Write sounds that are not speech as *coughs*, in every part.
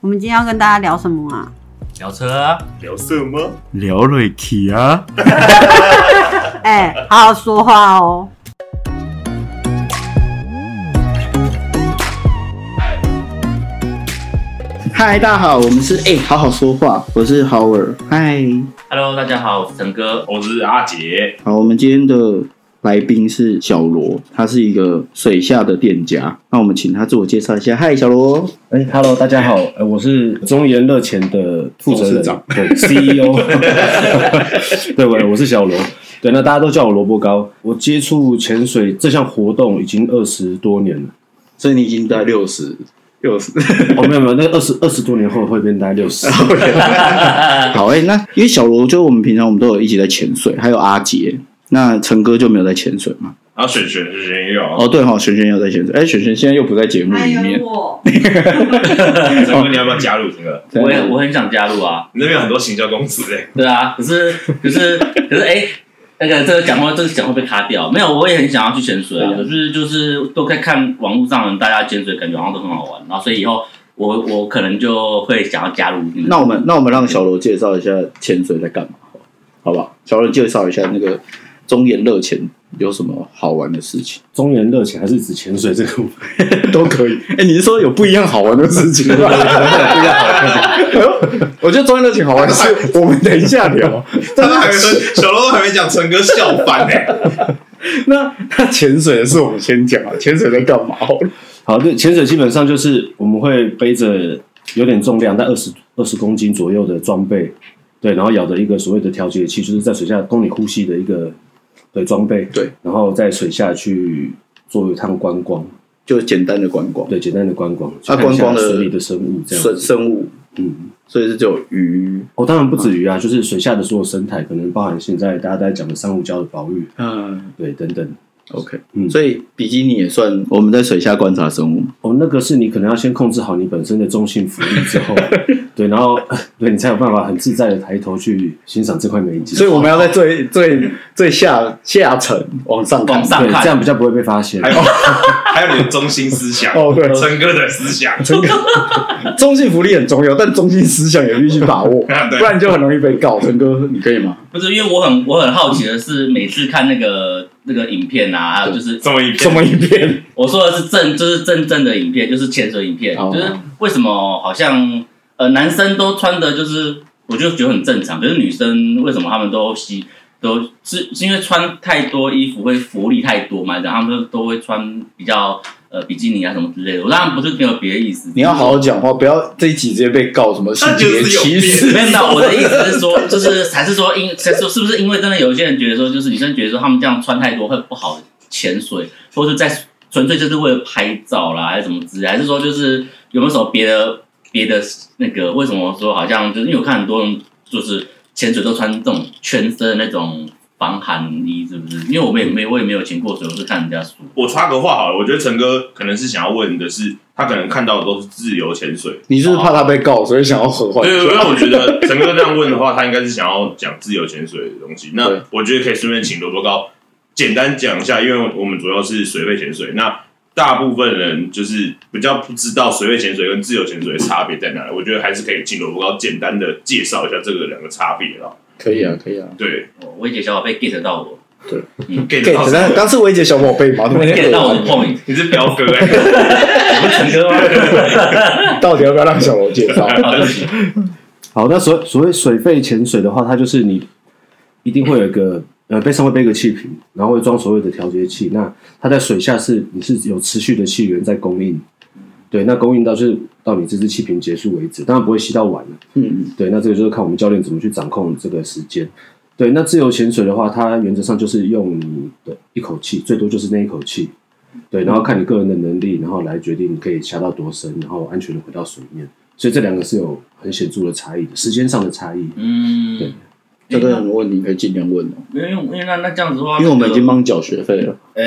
我们今天要跟大家聊什么啊？聊车，聊色吗？聊瑞奇啊，哎、好好说话哦。嗨，大家好，我们是哎、好好说话，我是 Howard。嗨， Hello，大家好，我是陈哥。我是阿杰，好，我们今天的来宾是小罗，他是一个水下的店家。那我们请他自我介绍一下。嗨，小罗，哎、h e l l o 大家好，呃，我是中研热钱的负责董事人，长 *laughs* 对 CEO，对， *laughs* 我我是小罗，对，那大家都叫我萝卜糕。我接触潜水这项活动已经二十多年了，所以你已经在六十六十。哦，没有没有，那二十二十多年后会变大概六 *laughs* 十， *laughs* 好，哎、那因为小罗就我们平常我们都有一起在潜水，还有阿杰。那陈哥就没有在潜水嘛？然后璇璇璇璇也有，哦，对哈、璇璇有在潜水。哎、璇璇现在又不在节目里面。我，陈哥你要不要加入这个？对我也我很想加入啊，你那边有很多行销公司哎，对啊，可是 *laughs* 可是可是哎、那个这个讲话这个讲话被卡掉，没有，我也很想要去潜水啊，可是就是都在看网络上大家潜水，感觉好像都很好玩，然后所以以后我我可能就会想要加入你们。那我们那我们让小罗介绍一下潜水在干嘛，好不好？小罗介绍一下那个中研热潜有什么好玩的事情中研热钱还是指潜水这个部分？ *laughs* 都可以。哎、你是说有不一样好玩的事情 *laughs* 吗？哎我觉得中研热潜好玩是， *laughs* 我们等一下聊。他都还没说，小罗都还没讲，陈哥笑翻哎， *laughs* 那那潜水的事我们先讲啊，潜水在干嘛？好，对，潜水基本上就是我们会背着有点重量，在二十二十公斤左右的装备，对，然后咬着一个所谓的调节器，就是在水下供你呼吸的一个对装备，对，然后在水下去做一趟观光，就简单的观光，对，简单的观光，去啊看一下观光的水里的生物这样生子。生物，嗯，所以是只有鱼，哦，当然不止于啊，就是水下的所有生态，可能包含现在大家都在讲的珊瑚礁的保育，嗯对，等等。 ，OK，嗯所以比基尼也算我们在水下观察生物。哦，那个是你可能要先控制好你本身的中性浮力之 *laughs* 后，对，然后 *laughs* 对你才有办法很自在的抬头去欣赏这块美景。所以我们要在最最最下下层往上看往。上对看这样比较不会被发现还。有还有你的中心思想哦对陈哥的思想，中性福利很重要，但中性思想也必须把 *laughs* 握，啊对不然就很容易被告。陈哥，你可以 *laughs* 吗？不是因为我很我很好奇的是，每次看那个那个影片啊，还有就是这么一什片，么一遍？我说的是正，就是真正的影片，就是潜水影片，哦就是为什么好像呃男生都穿的就是我就觉得很正常，可是女生为什么他们都吸都是是因为穿太多衣服会浮力太多嘛，然后他们都都会穿比较呃比基尼啊什么之类的。我当然不是没有别的意思，你要好好讲话，不要这一集直接被告什么性那就别是 *laughs* 有歧视。病没有，没有，我的意思是说，就是还是说因，是说是不是因为真的有一些人觉得说，就是女生觉得说她们这样穿太多会不好潜水，或者在纯粹就是为了拍照啦，还是什么之类，还是说就是有没有什么别的别的那个？为什么说好像就是因为我看很多人就是潜水都穿这种全身的那种防寒衣，是不是？因为我们也没我也没有潜过水，我是看人家说。我插个话好了，我觉得陈哥可能是想要问的是，他可能看到的都是自由潜水，你是不是怕他被告，所以想要合坏？对，因为我觉得陈哥这样问的话，他应该是想要讲自由潜水的东西。对那我觉得可以顺便请萝卜糕简单讲一下，因为我们主要是水肺潜水，那大部分人就是比较不知道水肺潜水跟自由潜水的差别在哪里。我觉得还是可以请萝卜糕简单的介绍一下这个两个差别了。可以啊，可以 *laughs* 啊。对哦我一姐小宝贝 get 到我，get 到 get，但刚是我一姐小宝贝嘛，怎 *laughs* 么，get 到我的 point，你是彪哥哎、欸，我是陈哥吗？到底要不要让小罗介 *laughs* 绍？好，对不起好，那所所谓水肺潜水的话，它就是你一定会有一个呃背上会背一个气瓶，然后会装所有的调节器。那它在水下是你是有持续的气源在供应，对，那供应到就是到你这支气瓶结束为止，当然不会吸到完了。嗯，对，那这个就是看我们教练怎么去掌控这个时间。对，那自由潜水的话，它原则上就是用你的一口气，最多就是那一口气。对，然后看你个人的能力，然后来决定你可以下到多深，然后安全的回到水面。所以这两个是有很显著的差异的，时间上的差异。嗯，这个问题可以尽量问哦，因为因为那那这样子的话，因为我们已经那个帮你缴学费了。呃，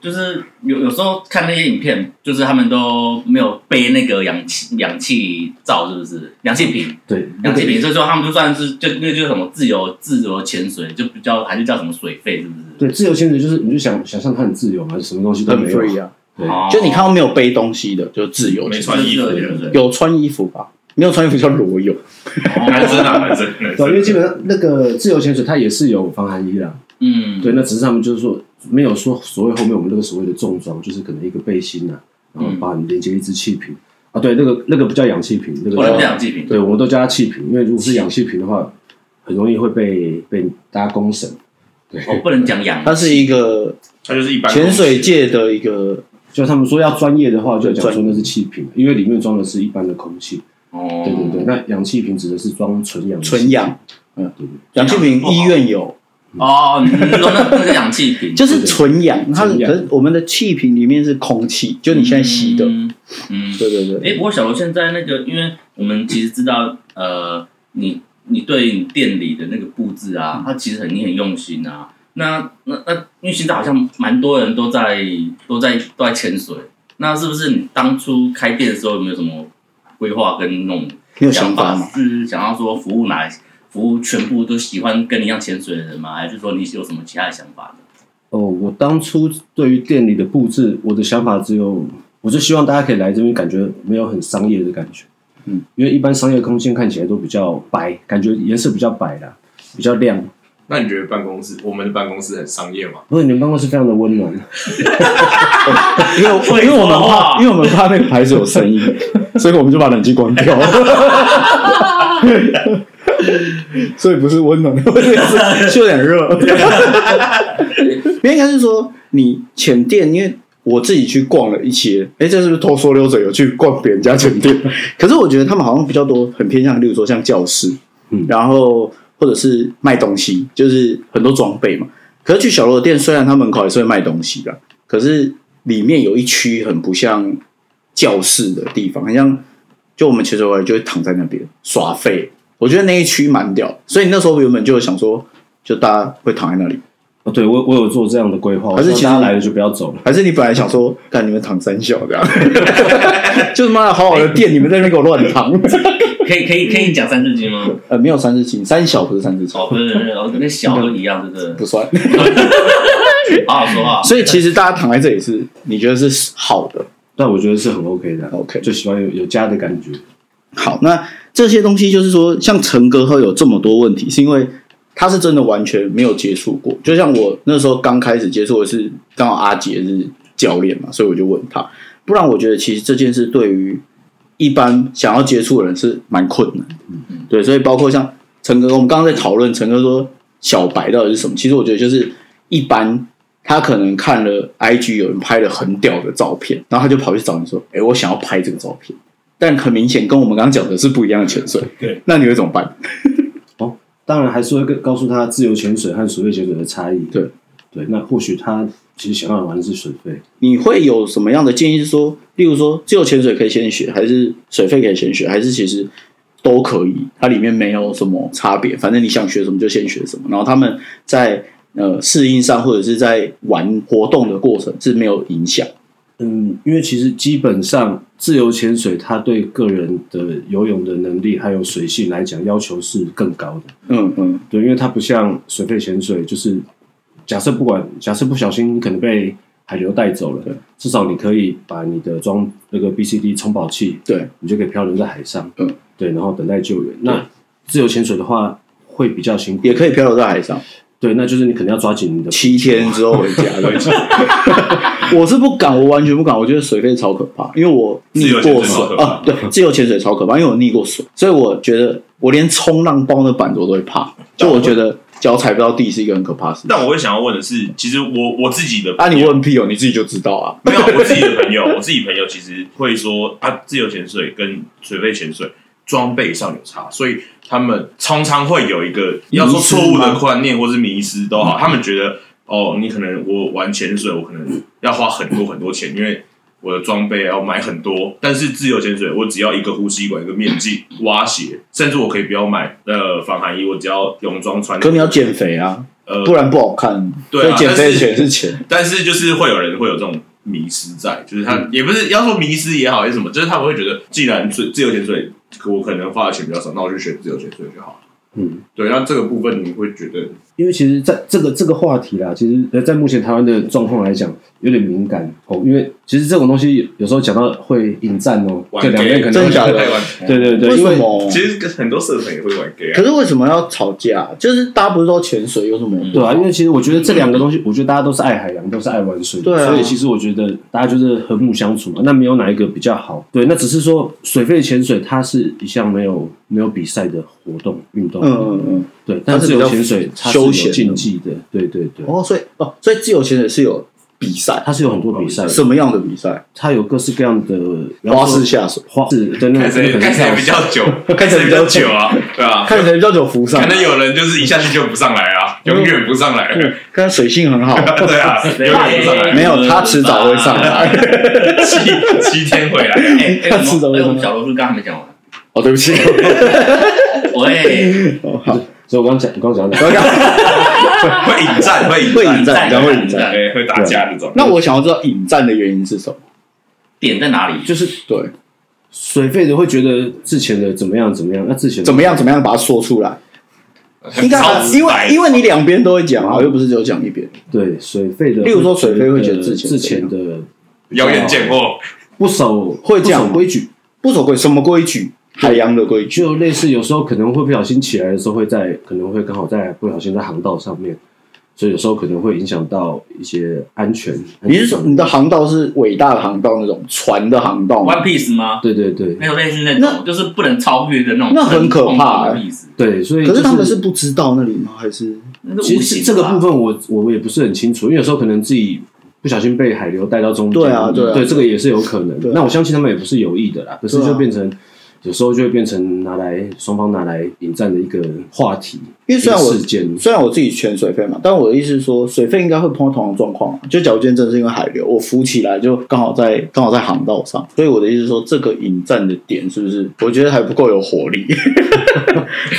就是有有时候看那些影片，就是他们都没有背那个氧气氧气罩，是不是？氧气瓶，对，氧气瓶，所以说他们就算是就那个就是什么自由自由潜水，就不叫还是叫什么水费，是不是？对，自由潜水就是你就想想象它很自由嘛，什么东西都很没有。啊 free 啊，对哦就你看到没有背东西的，就自由。没穿衣服的人，对有穿衣服吧？没有穿衣服叫裸泳， *laughs* 男生啊，男生，男对，生，因为基本上那个自由潜水它也是有防寒衣啦，嗯，对，那只是他们就是说没有说所谓后面我们那个所谓的重装，就是可能一个背心呐、然后把你连接一支气瓶、啊，对，那个那个不叫氧气瓶，那个我来不叫讲祭品，对，我们都叫它气瓶，因为如果是氧气瓶的话，很容易会被被大家公审。对，我哦不能讲养，它是一个他就是一般潜水界的一个就他们说要专业的话，就讲说那是气瓶，因为里面装的是一般的空气。哦，对对对，那氧气瓶指的是装纯氧的气体。纯氧，嗯，氧气瓶医院有，哦，你说那那是氧气瓶，就是纯氧，它纯氧可是我们的气瓶里面是空气，就你现在吸的，嗯，嗯对对对，哎、不过小罗现在那个，因为我们其实知道，呃，你你对你店里的那个布置啊，它其实很你很用心啊。那那那，因为现在好像蛮多人都在都在都在潜水，那是不是你当初开店的时候有没有什么规划跟那种你有想法吗？吗？是想要说服务哪服务全部都喜欢跟你一样潜水的人吗？还是说你有什么其他的想法呢？哦，我当初对于店里的布置，我的想法只有，我就希望大家可以来这边，感觉没有很商业的感觉。嗯，因为一般商业空间看起来都比较白，感觉颜色比较白啦，比较亮。那你觉得办公室，我们的办公室很商业吗？不过你们办公室非常的温暖，因为我因为我们话怕，因为我们怕那个牌子有声音，所以我们就把冷气关掉。所以不是温暖的问题，是是有点热。应该是说你浅店，因为我自己去逛了一些，哎、这是不是偷说溜嘴有去逛别人家浅店？可是我觉得他们好像比较多，很偏向，例如说像教室，嗯然后或者是卖东西，就是很多装备嘛。可是去小罗的店，虽然他门口也是会卖东西啦，可是里面有一区很不像教室的地方，很像就我们潜水玩就会躺在那边耍废。我觉得那一区蛮屌，所以那时候原本就有想说，就大家会躺在那里，哦，对我我有做这样的规划，还是我希其实望大家来了就不要走了。还是你本来想说，干你们躺三小这样， *laughs* 就是妈的好好的店，你们在那边给我乱躺。 *laughs* 可以可以可以讲三字经吗？呃，没有三字经，三小不是三字经，哦，不是，不是哦跟小都一样，对不不算。对？好好说话。所以其实大家躺在这里是，你觉得是好的，但我觉得是很 OK 的啊 OK 就喜欢有有家的感觉。好，那这些东西就是说，像陈哥会有这么多问题，是因为他是真的完全没有接触过。就像我那时候刚开始接触，我是刚好阿杰是教练嘛，所以我就问他。不然我觉得其实这件事对于一般想要接触的人是蛮困难的。对，所以包括像陈哥，我们刚刚在讨论陈哥说小白到底是什么，其实我觉得就是一般。他可能看了 IG 有人拍了很屌的照片，然后他就跑去找你说：“哎、我想要拍这个照片。”但很明显跟我们刚刚讲的是不一样的潜水。对，那你会怎么办？当然还是会跟告诉他自由潜水和水肺潜水的差异。对对，那或许他其实想要玩的是水肺。你会有什么样的建议？是说，例如说，只有潜水可以先学，还是水费可以先学，还是其实都可以？它里面没有什么差别，反正你想学什么就先学什么。然后他们在呃适应上，或者是在玩活动的过程是没有影响。嗯，因为其实基本上自由潜水，它对个人的游泳的能力还有水性来讲，要求是更高的。嗯嗯，对，因为它不像水肺潜水，就是假设不管假设不小心你可能被海流带走了，至少你可以把你的装那个 BCD 充饱器，对，你就可以漂流在海上。嗯，对，然后等待救援。那自由潜水的话会比较辛苦，也可以漂流在海上，对，那就是你可能要抓紧你的七天之后回家。 *laughs* 我是不敢，我完全不敢。我觉得水费超可怕，因为我溺自由过潜水水超可怕啊，对，自由潜水超可怕，因为我溺过水，所以我觉得我连冲浪包那板子我都会怕，就我觉得脚踩不到地是一个很可怕的事情。啊但我会想要问的是，其实我我自己的啊，你问屁哦，你自己就知道啊。 *laughs* 没有，我自己的 *laughs* 朋友，我自己朋友其实会说啊，自由潜水跟水肺潜水装备上有差，所以他们常常会有一个要说错误的观念或是迷失都嗯好，他们觉得哦，你可能我玩潜水，我可能要花很多很多钱，因为我的装备要买很多，但是自由潜水我只要一个呼吸管、一个面镜、蛙鞋，甚至我可以不要买呃防寒衣，我只要泳装穿。可你要减肥啊，呃不然不好看。对啊所以减肥但是的钱是钱。但是就是会有人会有这种迷失在，就是嗯他、也不是要说迷失也好，还是什么，就是他们会觉得，既然自自由潜水，我可能花的钱比较少，那我就选自由潜水就好了。嗯，对，那这个部分你会觉得因为其实在这个这个话题啦，其实呃，在目前台湾的状况来讲，有点敏感哦。因为其实这种东西有时候讲到会引战哦，玩就两边 gay，可能真会的假的台湾对对对，因为什为么？其实很多社团也会玩 gay 啊可，是为什么要吵架？就是大家不是都潜水有什么？嗯对啊，因为其实我觉得这两个东西，我觉得大家都是爱海洋，都是爱玩水，对啊所以其实我觉得大家就是和睦相处嘛，那没有哪一个比较好。对，那只是说水肺潜水它是一项没有没有比赛的活动运动，嗯嗯嗯。对，它但是自比较由潜水它是休有闲的竞技的，对对对，哦，所以哦，所以自由潜水是有比赛，它是有很多比赛的，什么样的比赛？它有各式各样的花式下水，花式对那个看那谁个看很跳谁比较久， *laughs* 看谁比谁比较较久久啊，对啊， *laughs* 看谁比较久浮上可。能有人就是一下去就不上来啊，永远不上来，嗯看水性很好， *laughs* 对啊，永远不上来，没有他迟早会上来。七七天回来，哎 *laughs* 哎，是我的们哎我们小罗是不是刚刚还没讲完。哦，对不起，喂，哦好，所以我刚讲，我刚讲我的，要看会引战，会引会引战战，然后 *laughs* 会引战。哎，会打架那种。那我想要知道引战的原因是什么？点在哪里？就是对，水费的会觉得之前的怎么样怎么样，那之前的怎么样怎么样把它说出来？应该超直白因为因为你两边都会讲啊，又不是只有讲一边。对水费的，例如说水费会觉得之之前前的妖言贱货，不守会这样不守规矩，不守规什么规矩？海洋的规矩。就类似有时候可能会不小心起来的时候，会在可能会刚好在不小心在航道上面，所以有时候可能会影响到一些安全。你是说安全上你的航道是伟大的航道那种船的航道吗 One？Piece 吗？对对对没有类似那那种，就是不能超越的那种，那很可怕的欸意思。对，所以、可就是他们是不知道那里吗？还是那是其无实形这的个吧部分我我也不是很清楚，因为有时候可能自己不小心被海流带到中间，嗯对啊对啊这个也是有可能对啊。那我相信他们也不是有意的啦，可是对啊就变成、有时候就会变成拿来双方拿来引战的一个话题，因为虽然一我个事件虽然我自己全水费嘛，但我的意思是说，水费应该会碰到同样的状况啊。就假如今天真的是因为海流，我浮起来就刚好在刚好在航道上，所以我的意思是说，这个引战的点是不是？我觉得还不够有活力。 *laughs*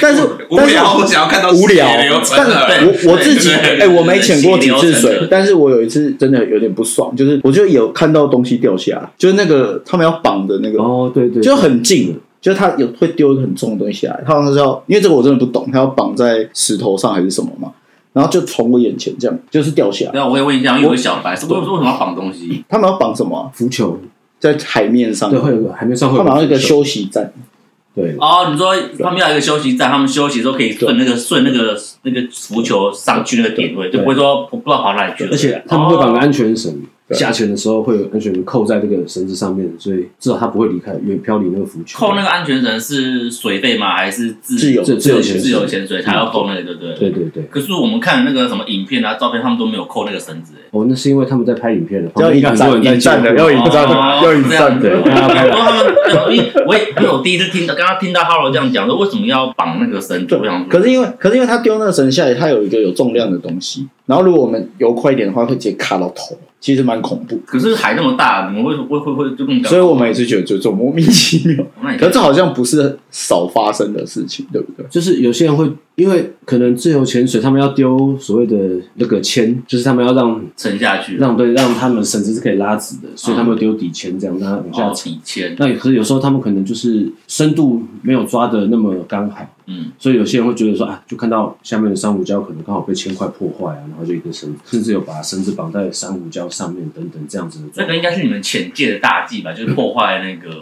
但是 *laughs* 无但是聊，我想要看到无聊血流，成但河是我我自己对对哎、对我没潜过几次血流成水河，但是我有一次真的有点不爽，就是我就有看到东西掉下来，就是那个他们要绑的那个哦对对，就很近，就是他有会丢一个很重的东西下来，他好像是要，因为这个我真的不懂，他要绑在石头上还是什么嘛，然后就从我眼前这样，就是掉下来。对啊，我也问一下，因为我是小白，是为为什么要绑东西？他们要绑什么啊、浮球，在海面上，对，会他有个海面上会们好像有一个啊休息站，对。哦，你说他们要有一个休息站，他们休息的时候可以顺那个顺那个那个浮球上去那个点位，就不会说不知道跑哪里去了。而且他们会绑个哦安全绳，对下潜的时候会有安全绳扣在那个绳子上面，所以至少它不会离开，远漂离那个浮球。扣那个安全绳是水费吗？还是自自由自自自由潜由潜自水嗯由潜水才要扣那个，对不对？对。对对，可是我们看那个什么影片啊、照片，他们都没有扣那个绳子。欸哦，那是因为他们在拍影片了，旁要边引应该很多人战，引在战的，监要控引战的，哦要引战这 *laughs* 的样。对要拍然了后他们，因为我也因为我第一次听到，刚刚听到 Hello 这样讲说，为什么要绑那个绳子？对我想，可是因为，可是因为他丢那个绳下来，他有一个有重量的东西，然后如果我们游快一点的话，会直接卡到头，其实蛮恐怖。可是海那么大，你们为什么会会会就更所以我们也是觉得就这种莫名其妙。 *laughs* 那你可是这好像不是少发生的事情，对不对？就是有些人会，因为可能自由潜水，他们要丢所谓的那个铅，就是他们要让沉下去，让对让他们绳子是可以拉直的，所以他们丢底铅这样让它往下哦沉。几千，那可是有时候他们可能就是深度没有抓的那么刚好，嗯，所以有些人会觉得说啊，就看到下面的珊瑚礁可能刚好被铅块破坏啊，然后就一根绳子，甚至有把绳子绑在珊瑚礁上面等等这样子的那状个况，应该是你们潜界的大忌吧？就是破坏那个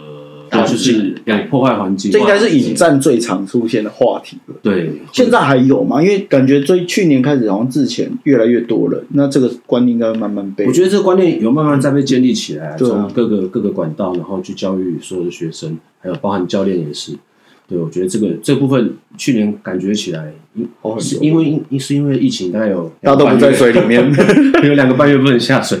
对，就是对破坏环境这，应该是引战最常出现的话题了。对，现在还有吗？因为感觉最去年开始，好像之前越来越多了。那这个观念应该慢慢被我觉得这个观念有慢慢在被建立起来，对啊从各个各个管道，然后去教育所有的学生，还有包含教练也是。对，我觉得这个这部分去年感觉起来，因好很是多因为因因是因为疫情，大概有大家都不在水里 *laughs* 面。面，有两个半月不能下水，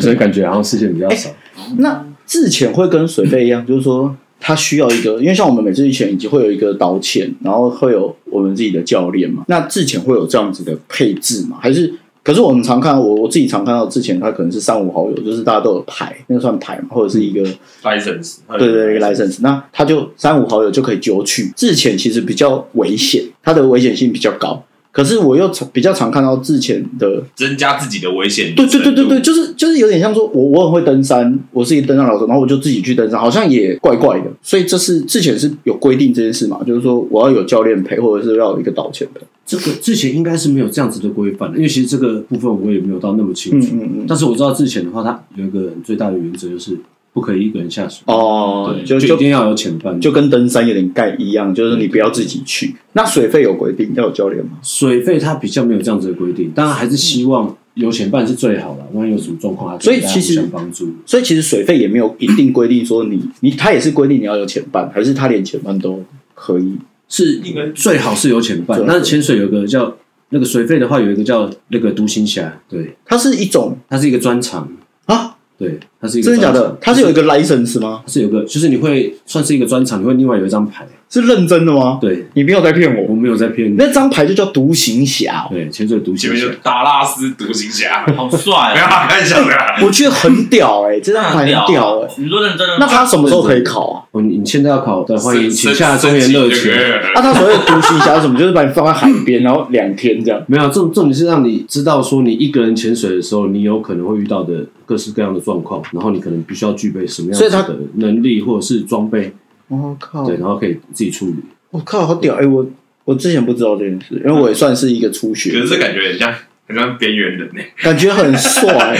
所以感觉好像事件比较少。哎那之前会跟水费一样，就是说它需要一个，因为像我们每次去潜，已经会有一个导潜，然后会有我们自己的教练嘛。那之前会有这样子的配置嘛？还是？可是我们常看到我我自己常看到之前他可能是三五好友，就是大家都有牌，那个算牌嘛，或者是一个 license，对对，一个 license，那他就三五好友就可以揪去。自潜其实比较危险，它的危险性比较高。可是我又常比较常看到自潜的，增加自己的危险。对对对对对，，就是就是有点像说我我很会登山，我是一个登山老师，然后我就自己去登山，好像也怪怪的。所以这是之前是有规定这件事嘛，就是说我要有教练陪，或者是要有一个导潜陪。这个之前应该是没有这样子的规范的，因为其实这个部分我也没有到那么清嗯楚。嗯嗯，但是我知道之前的话，它有一个很最大的原则就是不可以一个人下水，哦对，，就就就一定要有前伴。就跟登山有点概一样，就是你不要自己去。那水费有规定要有教练吗？水费它比较没有这样子的规定，当然还是希望有前伴是最好的，万一有什么状况，它可所以大家其实互相帮助。所以其实水费也没有一定规定说你你他也是规定你要有前伴，还是他连前伴都可以？是最好是有潜伴对，但是潜水有个叫那个水费的话，有一个叫那个独行侠，对，它是一种它是一个专场，啊，对，它是一个真的假专的场？它是有一个 license 吗？它是有个，就是你会算是一个专场，你会另外有一张牌，是认真的吗？对，你没有在骗我我，没有在骗你，那张牌就叫独行侠。对，潜水独行前面侠就，达拉斯独 *laughs* 行侠，好帅没有啊！啦，开玩笑的啦。我觉得很屌 *laughs* 哎、这张牌很屌哎、你说认真的，那他什么时候可以考啊？哦，你你现在要考的，欢迎请请下中原热情。那、他所谓的独行侠是什么？就是把你放在海边，然后两天这样。没有，重重点是让你知道说，你一个人潜水的时候，你有可能会遇到的各式各样的状况，然后你可能必须要具备什么样所子以它的能力或者是装备，我、靠对，然后可以自己处理。我、靠，好屌哎、我我之前不知道这件事，因为我也算是一个初可学是，这感觉很像很像边缘人呢、感觉很帅、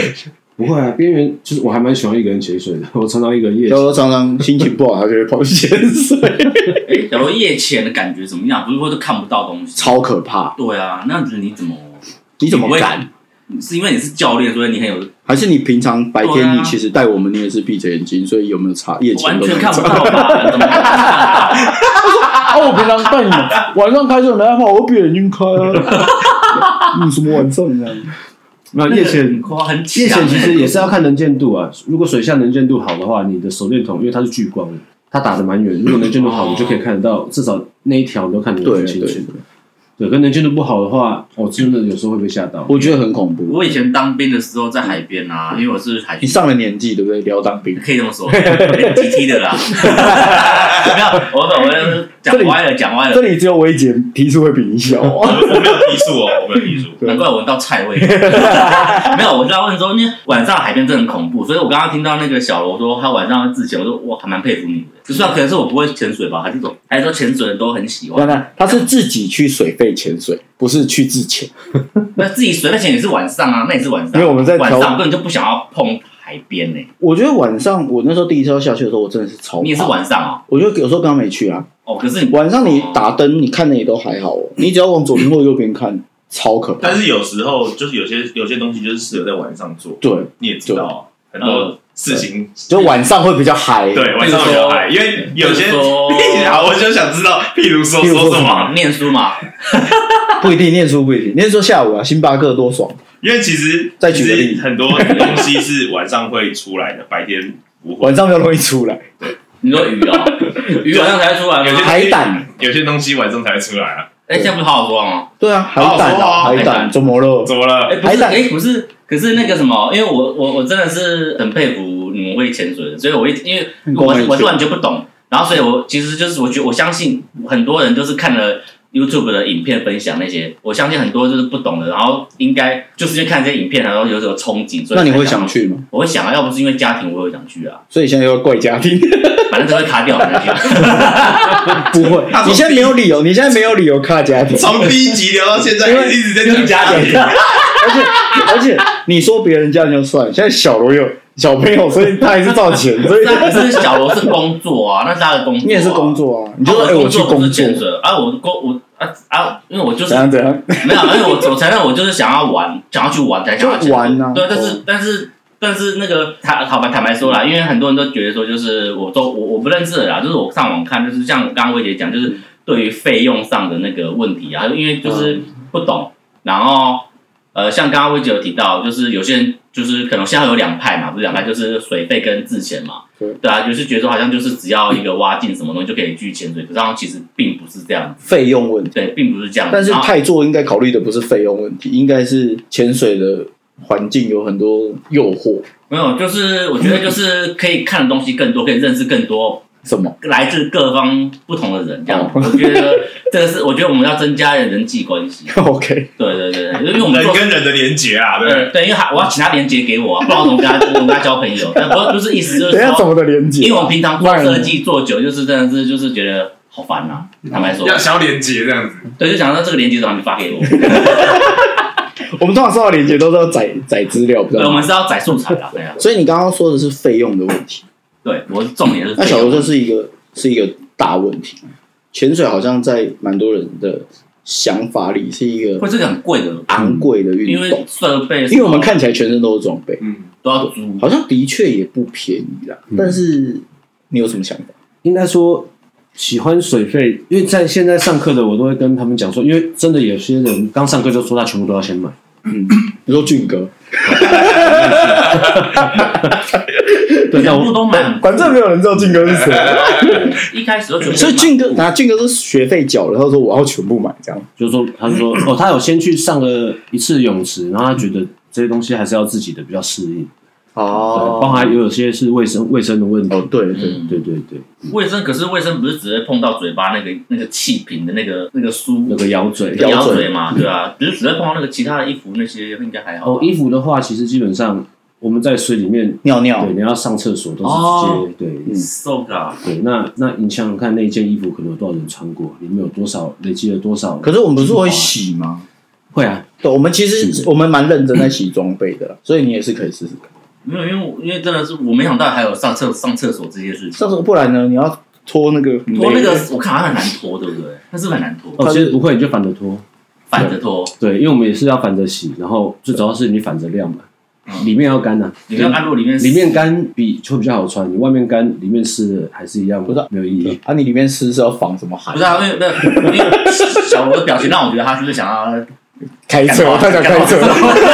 不会啊，边缘就是我还蛮喜欢一个人潜水的， *laughs* 我常常一个人夜然潜。后常常心情不好，他就会跑去潜 *laughs* 水，哎，假如夜潜的感觉怎么样？不是说都看不到东西？超可怕！对啊，那样子你怎么？你怎么不会敢？？是因为你是教练，所以你很有还是你平常白对天啊你其实带我们，你也是闭着眼睛，所以有没有差？夜完潜都全没看不差。到 *laughs* 吧？怎么可能看不到？啊，我平常带你们晚上开车没办法，我闭着眼睛开啊。 *laughs* 嗯，什么晚上这样？没有那个夜潜，哇很强 *laughs* 夜潜其实欸也是要看能见度啊。如果水下能见度好的话，你的手电筒因为它是聚光的，它打的蛮远。如果能见度好，哦你就可以看得到，至少那一条你都看得对很清楚。对，对，跟能见度不好的话，我真的有时候会被吓到。我觉得很恐怖。我以前当兵的时候在海边啊，因为我是海嗯你军，上了年纪，对不对？聊当兵，可以这么 *laughs* 说，T T 的啦。 *laughs* 没有，我我讲歪了，讲歪了，里只有薇姐提出会比 *laughs* 你小。我没有提速哦，我没有提速。 *laughs* 对难怪我闻到菜 *laughs* 味。没有，我就要问说，因为晚上海边真的很恐怖，所以我刚刚听到那个小罗说他晚上会自潜，我说我还蛮佩服你的。就算可能是我不会潜水吧，还是说还是说潜水的都很喜那欢。那他是自己去水费潜 *laughs* 水，不是去自潜。那自己水那潜也是晚上啊，那也是晚上。因为我们在晚调上我根本就不想要碰海边呢、我觉得晚上我那时候第一次要下去的时候，我真的是超怕。你也是晚上啊、我觉得有时候刚刚没去啊，哦，可是你晚上你打灯，你看的也都还好哦，你只要往左边或右边看，超可怕。嗯但是有时候就是有些有些东西就是适合在晚上做，对，你也知道很多事情，就晚上会比较嗨。对晚上比较嗨，因为有些比如说 *laughs* 屁啊，我就想知道，譬如说哦譬如说说什什么么？念书嘛，不一定念书不一定，念书下午啊，星巴克多爽。因为其实再举个例其实很多东西是晚上会出来的，白天不会。晚上比较容易出来。你说鱼哦，鱼晚上才会出来有吗些？海胆，有些东西晚上才会出来啊。哎、现在不是好好说吗？对啊，海胆啊，好啊海好说海胆胆怎么了？怎么了哎、？*laughs* 不海是，胆哎、不是，可是那个什么，因为我我我真的是很佩服你们会潜水的，所以我一因为我很我是完全不懂，然后所以我其实就是我觉得我相信很多人都是看了。YouTube 的影片分享那些，我相信很多就是不懂的，然后应该就是因为看这些影片，然后有所憧憬，所以那你会才想？去吗？我会想啊，要不是因为家庭，我会想去啊，所以现在又要怪 *laughs* 家庭，反正都会卡掉，反正就 *laughs* 不会他，从你现在没有理由，你现在没有理由卡家 *laughs* 庭，从第一集聊到现在，因为一直在讲家庭，而且你说别人家庭就算，现在小罗有小朋友，所以他还是造钱，所 *laughs* 以那可是小罗是工作啊，那是他的工作、啊。你也是工，作啊，你你就说哎，我去工工作潜，水啊，我工我啊啊，因为我就是怎样怎样， *laughs* 没有，因为我我承认我就是想要玩，想要去玩才想要就玩啊对，但哦是但是但是那个坦好吧，坦白说啦，因为很多人都觉得说，就是我都我我不认识的啦，就是我上网看，就是像刚刚薇姐讲，就是对于费用上的那个问题啊，因为就是嗯不懂，然后呃，像刚刚薇姐有提到，就是有些人就是可能现在有两派嘛，不是两派就是水费跟自潜嘛，嗯对对啊，就是觉得说好像就是只要一个挖进什么东西就可以去潜水，可是好像其实并不是这样子，费用问题。对，并不是这样子，但是然后泰座应该考虑的不是费用问题，应该是潜水的环境有很多诱惑，没有，就是我觉得就是可以看的东西更多，可以认识更多什么？来自各方不同的人，这样哦。我觉得这个是，我觉得我们要增加人际关系。 *laughs* OK，对对对，对因为我们人做。跟人的连结啊，对不对。对对，因为他我要请他连接给我、啊，不然我怎么跟他我怎么跟他交朋 *laughs* 友？但不就是意思就等是一下怎说，么的连接？因为我们平常做设计做久，就是真的是就是觉得好烦呐、嗯坦白说，要想要连接这样子，对，就想到这个链接怎么还没发 *laughs* 给我？我们通常收到链接都是要载载资料，不知对，道我。们是要载素材啦，对啊，所以你刚刚说的是费用的问题，对，我重点是那小游这是一个是一个大问题。潜水好像在蛮多人的想法里是一会个是个很贵的，昂贵的运因动为，设备，因为我们看起来全身都是装备，嗯，都要租，好像的确也不便宜啦。嗯但是你有什么想法？应该说喜欢水费，因为在现在上课的我都会跟他们讲说，因为真的有些人刚上课就说他全部都要先买，比如说俊哥，对，那全我部都买，反正没有人知道俊哥是 *laughs* 谁，一开始就全部所以买俊哥，那俊哥是学费缴了，他说我要全部买这样。就是说他就说哦，他有先去上了一次泳池，然后他觉得这些东西还是要自己的比较适应，对，包哦含有些是卫生卫生的问题，哦，对对，嗯对对对，卫生，可是卫生不是只会碰到嘴巴那个那个气瓶的那个那个梳那个咬嘴。咬咬嘴嘴嘛，对啊，只是只会碰到那个其他的衣服那些应该还好哦，吧。衣服的话，其实基本上我们在水里面，尿尿对，你要上厕所都是直接，对 So god，对。那那你想想看，那一件衣服可能有多少人穿过，里面有多少累积了多少？可是我们不是会洗吗？会啊，对，我们其实我们蛮认真在洗装备的啦，所以你也是可以试试看。没有，因为我因为真的是我没想到还有上厕上厕所这件事情上。次不然呢？你要拖那个拖那个我看好像很难拖，对不对？那是不是很难拖，哦，其实不会，你就反着拖，反着拖，对，因为我们也是要反着洗，然后最主要是你反着晾嘛，嗯里面要干呐，你看按落里面里面干比会比较好穿，你外面干，里面湿还是一样，不是没有意义。啊，你里面湿是要防什么寒不是？啊，因为不是因为小罗的表情让我觉得他是不是想要 *laughs* 开车，他想开车，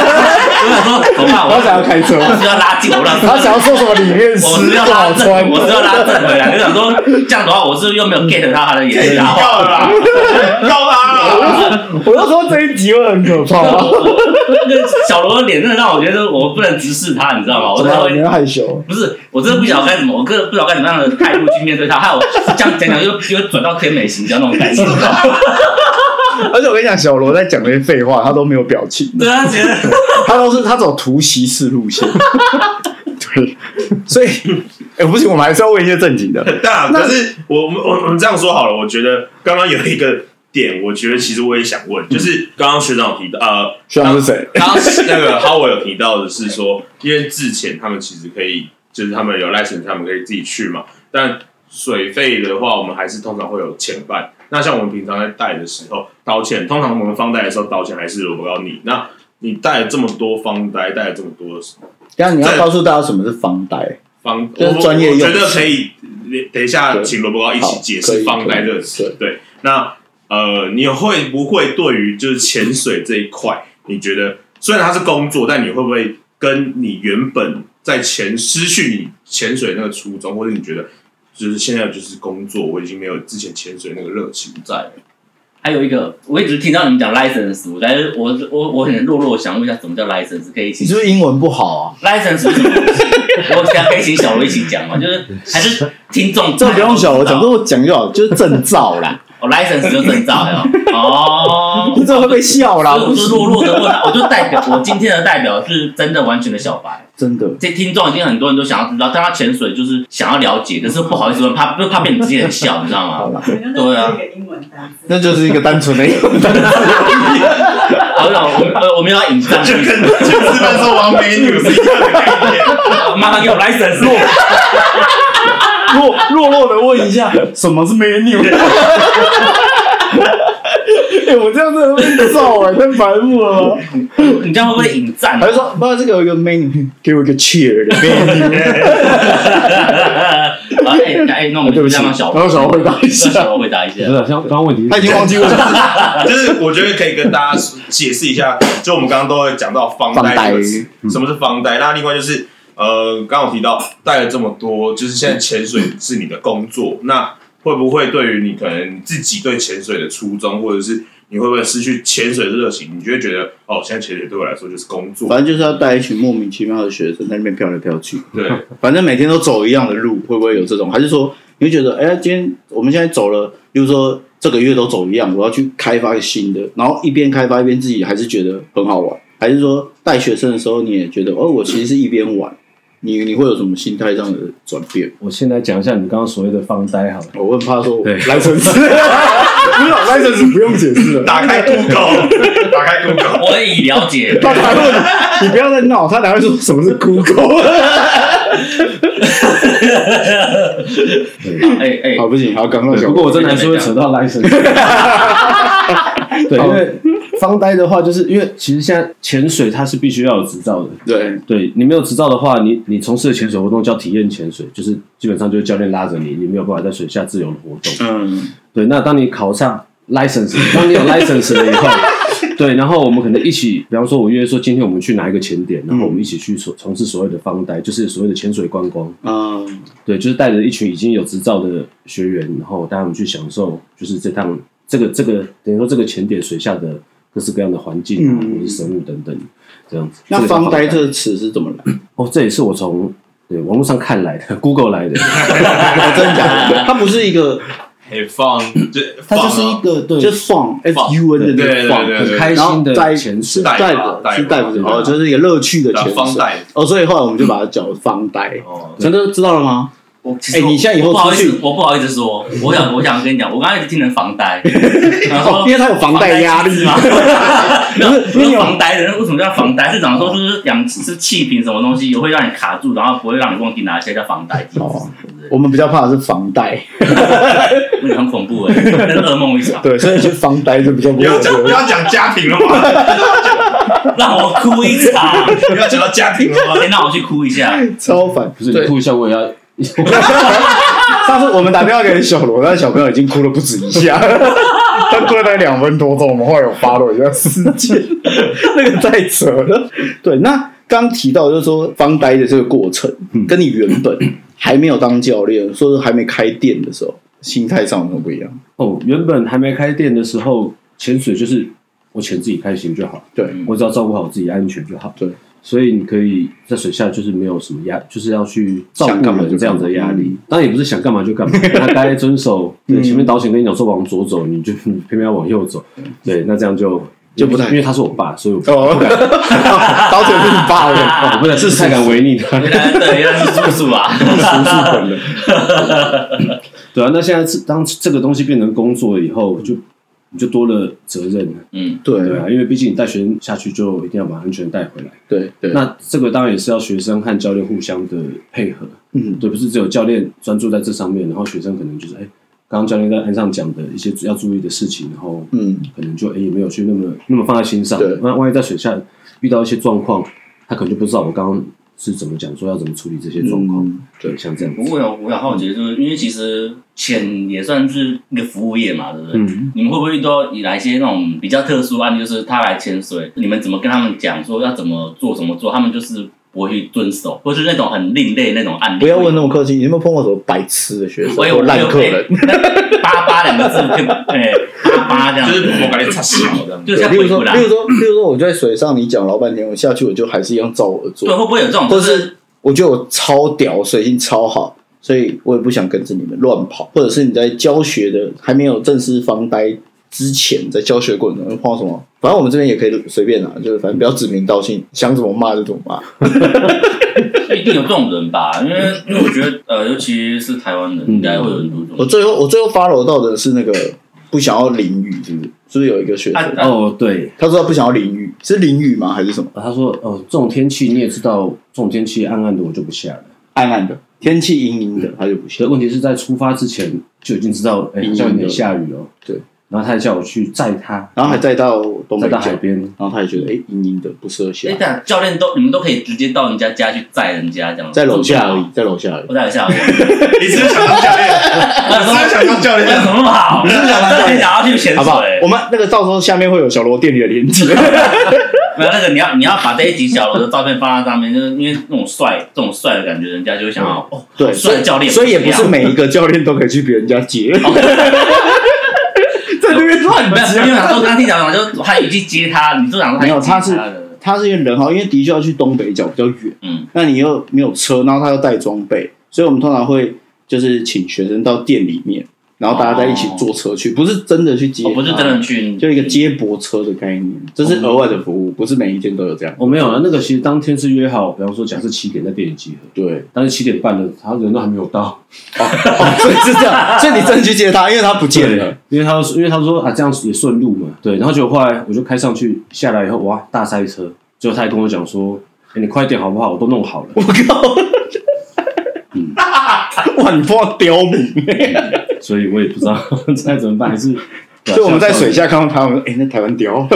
我想说，怎么办？他想要开车，我是要拉近，我让他想要说什么里面 *laughs* 湿我是要不好拉穿正，。我是要拉正回来。就想说这样的话，我是不是又没有 get 到他的眼睛，然后告了啦，告他了啦，我就说这一集会很可怕啊，那个小罗的脸真的让我觉得我不能直视他，你知道吗？我怎真么的了你会要害羞？不是，我真的不晓得该怎么，我个人不知道该怎么样的态度去面对他，害我这样讲讲又又转到天美形象那种 *laughs* 感觉，你知道吗而且我跟你讲，小罗在讲那些废话，他都没有表情，对啊，觉得他都是他走突袭式路线。 *laughs* 对，所以，哎，不行，我们还是要问一些正经的。很大。可是我们我我们这样说好了，我觉得刚刚有一个点，我觉得其实我也想问，就是刚刚学长有提到呃，学长是谁？刚刚那个 Howard 有提到的是说，因为之前他们其实可以，就是他们有 license，他们可以自己去嘛。但水费的话，我们还是通常会有钱办。那像我们平常在带的时候，导潜通常我们放贷的时候，导潜还是轮不到你。那你带了这么多方贷，带了这么多等一下你要告诉大家什么是房贷。方，就是专业我用我词觉得可以，等一下对请萝卜糕一起解好可释以放贷这个词。对，那呃，你会不会对于就是潜水这一块，你觉得虽然它是工作，但你会不会跟你原本在潜失去你潜水那个初衷，或者你觉得就是现在就是工作，我已经没有之前潜水那个热情在了？ *laughs* 还有一个，我一直听到你们讲 license，我但是我我我很弱弱，想问一下什么叫 license，可以一起你是不是英文不好啊？ license 是什么东西？ *laughs* 我想可以请小罗一起讲嘛，就是还是听众这不用小我讲，这哦我讲就好，就是证照啦。 license 就证照了哦。 *laughs* 你这会被笑啦，所以我啊不就是弱弱的问他， *laughs* 我就代表我今天的代表是真的完全的小白。真的。这听众已经很多人都想要知道，但他潜水就是想要了解，可是不好意思问，怕就怕被你直接很笑，你知道好吗？ *laughs* 啦，对啊，英文单词，那就是一个单纯的英文单词。哎我我我们要引战， *laughs* 就跟前四班说王美女是一样的概念。麻烦给我 license。弱弱弱的问一下，什么是 menu？哎，我这样真的会被揍哎，太白目了吧？你这样会不会引战 *laughs* 还？*laughs* 是说，不知道这个有一个 menu，给我一个 cheer 的 menu。啊哎哎，那我们哦对就不起，让小让小回答一让小下。罗回答一下不。是，像刚刚问题是啊他已经 *laughs* 忘记问了，就是我觉得可以跟大家解释一下，就我们刚刚都会讲到房房贷贷这个词，什么是房贷？那另外就是呃，刚刚有提到带了这么多，就是现在潜水是你的工作，那会不会对于你可能你自己对潜水的初衷，或者是你会不会失去潜水的热情？你就会觉得哦，现在潜水对我来说就是工作，反正就是要带一群莫名其妙的学生在那边飘来飘去。对，反正每天都走一样的路，会不会有这种？还是说你会觉得，哎、今天我们现在走了，比如说这个月都走一样，我要去开发一个新的，然后一边开发一边自己还是觉得很好玩，还是说带学生的时候你也觉得，哦，我其实是一边玩，你你会有什么心态上的转变？哦我先来讲一下你刚刚所谓的放呆好了。我很怕说对来城市， *laughs* 没有来城市不用解释了。打开 Google，打开 *laughs* Google，我已了解， *laughs* 他才会，你不要再闹，他才会说什么是 Google。哎哎， *laughs* 好，不行，好，刚刚对，讲不过。过我真的还是会扯到 license。对， *laughs* 因哦为方呆的话，就是因为其实现在潜水它是必须要有执照的。对，对你没有执照的话，你你从事的潜水活动叫体验潜水，就是基本上就是教练拉着你，你没有办法在水下自由的活动。嗯，对，那当你考上 license，当 *laughs* 你有 license 了以后，对，然后我们可能一起，比方说，我约说今天我们去哪一个潜点，然后我们一起去所从事所谓的方呆，就是所谓的潜水观光。啊，对，就是带着一群已经有执照的学员，然后带他们去享受，就是这趟这个这个等于说这个潜点水下的各式各样的环境啊，嗯或是生物等等，这样子。那这个叫方呆这个词是怎么来？哦，这也是我从对网络上看来的，Google 来的。我 *laughs* 真的假的？ *laughs* 它不是一个，很放，啊就它就是一个，对就是放 f 放 u n 的对对那对个放，对 *laughs* 很开心的潜水，然后代带吧是带代吧表对吧哦，就是一个乐趣的潜方水。带哦，所以后来我们就把它叫方呆。哦，陈哥知道了吗？我其实哎我你现在以后我不好意出思去，我不好意思说，我想我想跟你讲，我刚刚一直听成房 *laughs* 贷，然后哦，因为它有房贷压力是 *laughs* 吗？不是因不为你是有房呆的人为什么叫房呆？是讲说就是两是气瓶什么东西，会让你卡住，然后不会让你忘记拿下，叫房呆机制，哦对不对我们比较怕的是房贷，那个很恐怖哎，那是噩梦一场，对，所以就房贷就比较不不要讲，不会。要讲家庭了嘛， *laughs* 让我哭一 *laughs* 场，不要讲到家庭了嘛。先让我去哭一下。超烦，不是对你。吐一下我也要。 *laughs* 上次我们打电话给小罗，那小朋友已经哭了不止一 *laughs* 下，他哭了大概两分多钟，我们后来有发了一下事件， *laughs* 那个太扯了。对，那刚提到就是说方呆的这个过程，跟你原本还没有当教练，说是还没开店的时候，心态上有什么不一样？哦，原本还没开店的时候，潜水就是我潜自己开心就好，对，我只要照顾好自己安全就好。嗯对，所以你可以在水下就是没有什么压，就是要去照想干顾嘛就人这样子的干嘛压力嗯。当然也不是想干嘛就干 *laughs* 嘛，他该遵守。对，前面导潜跟你讲说往左走，你就你偏偏要往右走。对，那这样就嗯就不太因为他是我爸，所以我不哦， *laughs* 刀姐是你爸我的，不能是太敢违逆 *laughs* 他。啊原来对，原来是叔叔啊，对啊，那现在是当这个东西变成工作以后，就你就多了责任了。嗯，对对啊，因为毕竟你带学生下去，就一定要把安全带回来。对对，那这个当然也是要学生和教练互相的配合，嗯对，不是只有教练专注在这上面，然后学生可能就是哎，刚刚教练在岸上讲的一些要注意的事情，然后嗯，可能就哎也没有去那么那么放在心上对。那万一在水下遇到一些状况，他可能就不知道我刚刚是怎么讲，说要怎么处理这些状况。嗯对，像这样子，我有我有好奇，就是因为其实潜也算是一个服务业嘛，对不对？嗯，你们会不会遇到哪一些那种比较特殊案例？就是他来潜水，你们怎么跟他们讲说要怎么做怎么做，他们就是不会去遵守，或是那种很另类那种案例。不要问那么客气，你有没有碰过什么白痴的学生我有或烂客人？，八八两个字，哎，八八这样，就是我感觉差小这样，就对 *laughs* 像例如鬼说，鬼啦例。如说，例如说，我就在水上，你讲老半天，我下去我就还是一样照我的 *laughs* 对，做。会不会有这种？或就是是我觉得我超屌，水性超好，所以我也不想跟着你们乱跑。或者是你在教学的还没有正式防呆之前，在教学过程中碰到什么，反正我们这边也可以随便拿，啊就是反正不要指名道姓，想怎么骂就怎么骂。一定有这种人吧？因为因为我觉得，呃，尤其是台湾嗯人，应该会有很多这我种。最后我最后 follow 到的是那个不想要淋雨，是不是？是不是有一个学啊生？啊哦，对，他说他不想要淋雨，是淋雨吗？还是什么？啊，他说，哦，这种天气你也知道，这种天气暗暗的我就不下了。暗暗的，天气阴阴的，他就不所想以。问题是在出发之前就已经知道，哎、嗯好像有点下雨哦。对，然后他还叫我去载他，然后还再到东载北到角海边。然后他也觉得，哎、阴阴的不适合下哎，，但教练都你们都可以直接到人家家去载人家这样，在楼下而哦已，，在楼下而已。我在楼下而已。你是不是想当 *laughs* 教练？你是不是想当教有练？什么好？你是想要去潜好不好水？？我们那个到时候下面会有小罗店里的链接。没有那个，你要你要把这一集小罗的照片放在上面，就是因为那种帅，这种帅的感觉，人家就会想要哦， *laughs* 对，帅所的以教练，所以也不不一是样每一个教练都可以去别人 *laughs* 家接，在那边乱没有，因为接。想说刚听讲完就他一去接他，你就想说没有他一去他接是他的，他是一个人好，因为的确要去东北角比较远，嗯，那你又没有车，然后他又带装备，所以我们通常会就是请学生到店里面，然后大家再一起哦坐车去，不是真的去接他，我哦不是真的去，就一个接驳车的概念，这是额外的服务，不是每一间都有这样。我、没有啊，那个其实当天是约好，比方说假设七点在店里集合，对，但是七点半了，他人都还没有到， *laughs* 哦，所以是这样，所以你真的去接他，因为他不见了。，因为他因为他说啊这样也顺路嘛，对，然后结果后来我就开上去，下来以后哇大塞车，结果他还跟我讲说，哎、你快点好不好，我都弄 *laughs* 好了，我靠！ *laughs* 哇，你碰到刁民，所以我也不知道 *laughs* 该怎么办，还 *laughs* 是所以我们在水下看到他们，哎、那台湾 *laughs* 刁，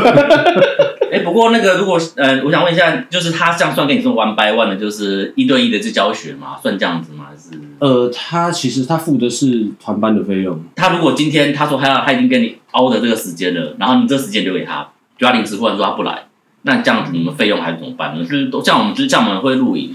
哎、不过那个如果呃，我想问一下，就是他这样算跟你是 one by one 的，就是一对一的这教学嘛，算这样子吗？还是呃，他其实他付的是团班的费用，他如果今天他说他要他已经跟你凹的这个时间了，然后你这时间留给他，就他临时忽然说他不来，那这样子你们费用还是怎么办呢？就是都像我们就是像我们会露营，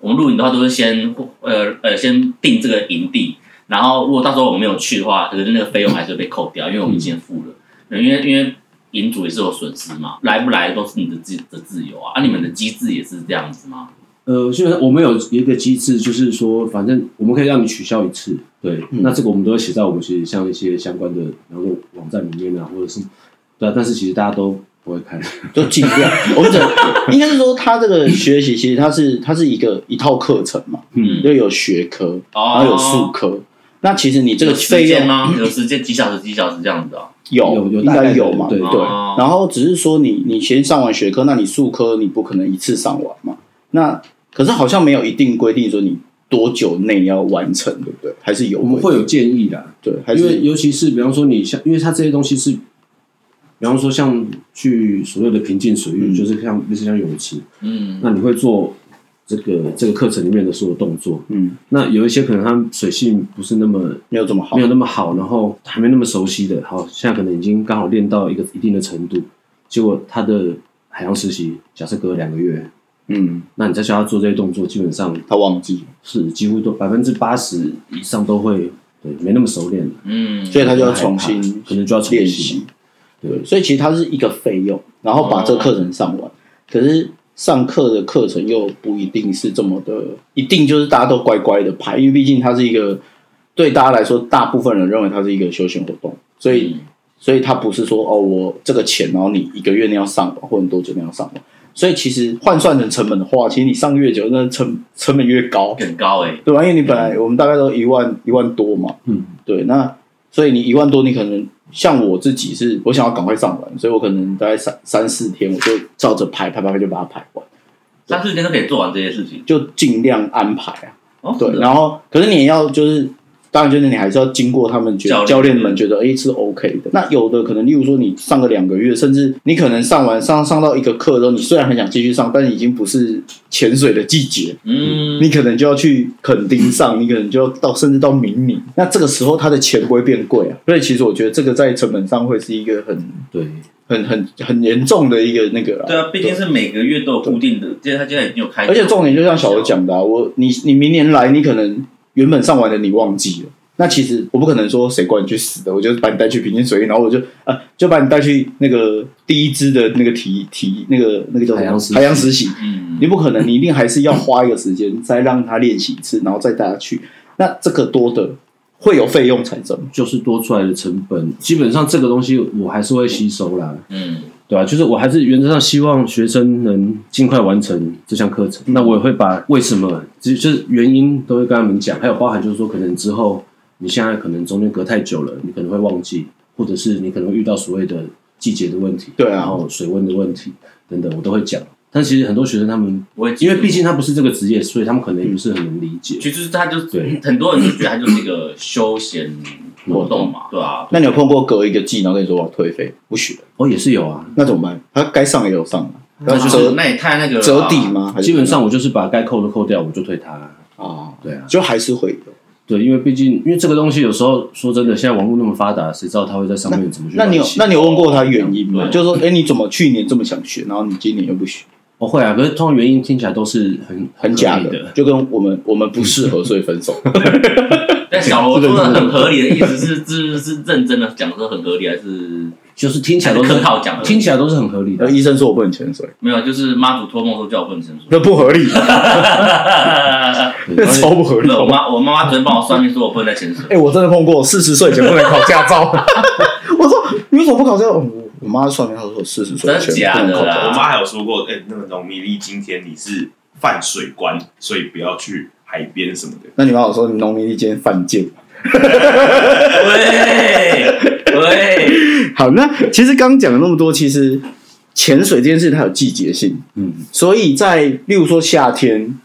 我们露营的话都是先呃呃先定这个营地，然后如果到时候我们没有去的话，可是那个费用还是被扣掉，因为我们已经付了，因为因为营主也是有损失嘛，来不来都是你的自的自由啊，啊你们的机制也是这样子吗？呃，基本上我们有一个机制，就是说，反正我们可以让你取消一次，对，嗯那这个我们都会写在我们其实像一些相关的，然后网站里面啊，或者是对啊，但是其实大家都不会看，就尽量。我们讲，应该是说他这个学习，其实它是它是一个一套课程嘛，嗯，就有学科，然哦后有术科。那其实你这个有时费用间吗？有时间几小时几小时这样子哦。有有有应大概该的有嘛，对对哦。然后只是说你你先上完学科，那你术科你不可能一次上完嘛。那可是好像没有一定规定说你多久内要完成，对不对？还是有我们规会定有建议啦，对，还因为是尤其是比方说你像，因为它这些东西是，比方说像去所谓的平静水域，嗯就是像类似像泳池，嗯，那你会做这个这个课程里面的所有动作，嗯那有一些可能它水性不是那么没有这么好没。有那么好，然后还没那么熟悉的，好，现在可能已经刚好练到一个一定的程度，结果他的海洋实习，假设隔两个月，嗯，那你再教他做这些动作，基本上他忘记，是几乎都百分之八十以上都会，对，没那么熟练了，嗯，所以他就要重新可能就要重新练习。对，对所以其实它是一个费用，然后把这个课程上完。可是上课的课程又不一定是这么的，一定就是大家都乖乖的排，因为毕竟它是一个对大家来说，大部分人认为它是一个休闲活动，所以嗯所以它不是说哦，我这个钱，然后你一个月内要上完，或者多久内要上完。所以其实换算成成本的话，其实你上越久，那成成本越高。很高哎、对吧？因为你本来我们大概都一万一万多嘛，嗯，对，那所以你一万多，你可能像我自己是，我想要赶快上完，所以我可能大概三三四天，我就照着排排排排就把它排完，三四天都可以做完这些事情。就尽量安排啊。哦，对，然后可是你也要就是，当然就是你还是要经过他们觉教练得嗯教练们觉得哎是 OK 的。那有的可能，例如说你上个两个月，甚至你可能上完上上到一个课之后，你虽然很想继续上，但已经不是潜水的季节，嗯，你可能就要去垦丁上，你可能就要到甚至到明尼。那这个时候它的钱不会变贵啊，所以其实我觉得这个在成本上会是一个很对，很很很严重的一个那个啦。对啊，毕竟是每个月都有固定的，现在他现在已经有开，而且重点就像小欧，讲的、啊，我你你明年来，你可能原本上完的你忘记了。那其实我不可能说谁管你去死的，我就把你带去平均水域，然后我就啊就把你带去那个第一支的那个体体那个那个叫什海么洋实习海洋实习，嗯，你不可能，你一定还是要花一个时间，再让他练习一次，然后再带他去。那这个多的会有费用产生吗，就是多出来的成本，基本上这个东西我还是会吸收啦，嗯，对啊，就是我还是原则上希望学生能尽快完成这项课嗯程。那我也会把为什么，就就是原因都会跟他们讲，还有包含就是说，可能之后你现在可能中间隔太久了，你可能会忘记，或者是你可能会遇到所谓的季节的问题，对啊然后水温的问题等等，我都会讲。但其实很多学生他们，我也记因得为毕竟他不是这个职业，所以他们可能也不是很能理解。嗯其实他就对很多人就觉得他就是一个休闲活动嘛，对啊，那你有碰过隔一个季，然后跟你说我要退费不学，哦，也是有啊，那怎么办？他该上也有上啊，那然就是后折那也太那个了吧折抵？吗？还是基本上我就是把该扣的扣掉，我就退他。啊，对啊，就还是会有。对，因为毕竟，因为这个东西有时候说真的，现在网络那么发达，谁知道它会在上面怎么去那你有乱写那你有问过他原因吗？对就是说，哎，你怎么去年这么想学，然后你今年又不学，我会啊，可是通常原因听起来都是很很假合理的，的。就跟我们我们不适合，所以分 *laughs* 手。但小罗这说个的 *laughs* 很合理的意思是，是是是认真的讲说很合理，还是就是听起来都是客套讲的听起来都是很合理的啊呃，。医生说我不能潜水，没有，就是妈祖托梦说叫我不能伸缩。那不合理，那而且超不 *laughs* 合理没。有，我妈我妈妈昨天帮我算命说我不能再潜水。哎、我真的碰过，四十岁以前不能考驾 *laughs* 照。我说你为什么不考驾照？哦我我妈算命，她说我四十岁以真的前假不能的考驾啦照。我妈还有说过，哎、那个农民历今天你是犯水关，所以不要去海边什么的。那你妈我说你农民历今天犯贱。喂喂，好，那其实刚讲了那么多，其实潜水这件事它有季节性，嗯，所以在例如说夏天，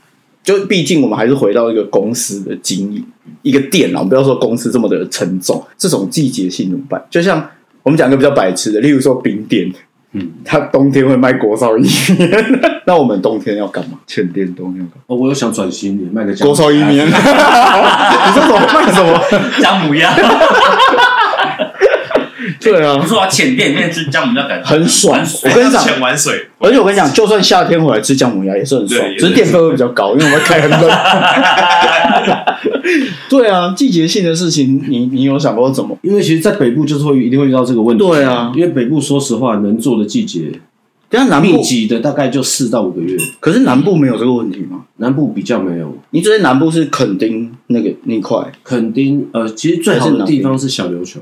就毕竟我们还是回到一个公司的经营，一个店啊，我们不要说公司这么的沉重，这种季节性怎么办？就像我们讲一个比较白痴的，例如说冰店，嗯，它冬天会卖锅烧意面， *laughs* 那我们冬天要干嘛？全店冬天要干嘛？哦我有想转型，你卖个锅烧意 *laughs* 面，你说什么卖什么？姜母鸭， *laughs* 对啊不，错啊，浅店里面吃姜母鸭感觉很爽很。我跟你讲，潜完水，而且我跟你讲，就算夏天回来吃姜母鸭也是很爽对，也是只是电费会比较高，因为我们开很冷。对啊，季节性的事情，你你有想过怎么？因为其实，在北部就是会一定会遇到这个问题。对啊因为北部说实话，能做的季节等一下南密部，集的大概就四到五个月，可是南部没有这个问题吗？南部比较没有。你最近南部是垦丁那个那块，垦丁呃，其实最好的地方是小琉球，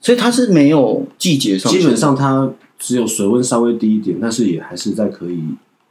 所以它是没有季节上。基本上它只有水温稍微低一点，但是也还是在可以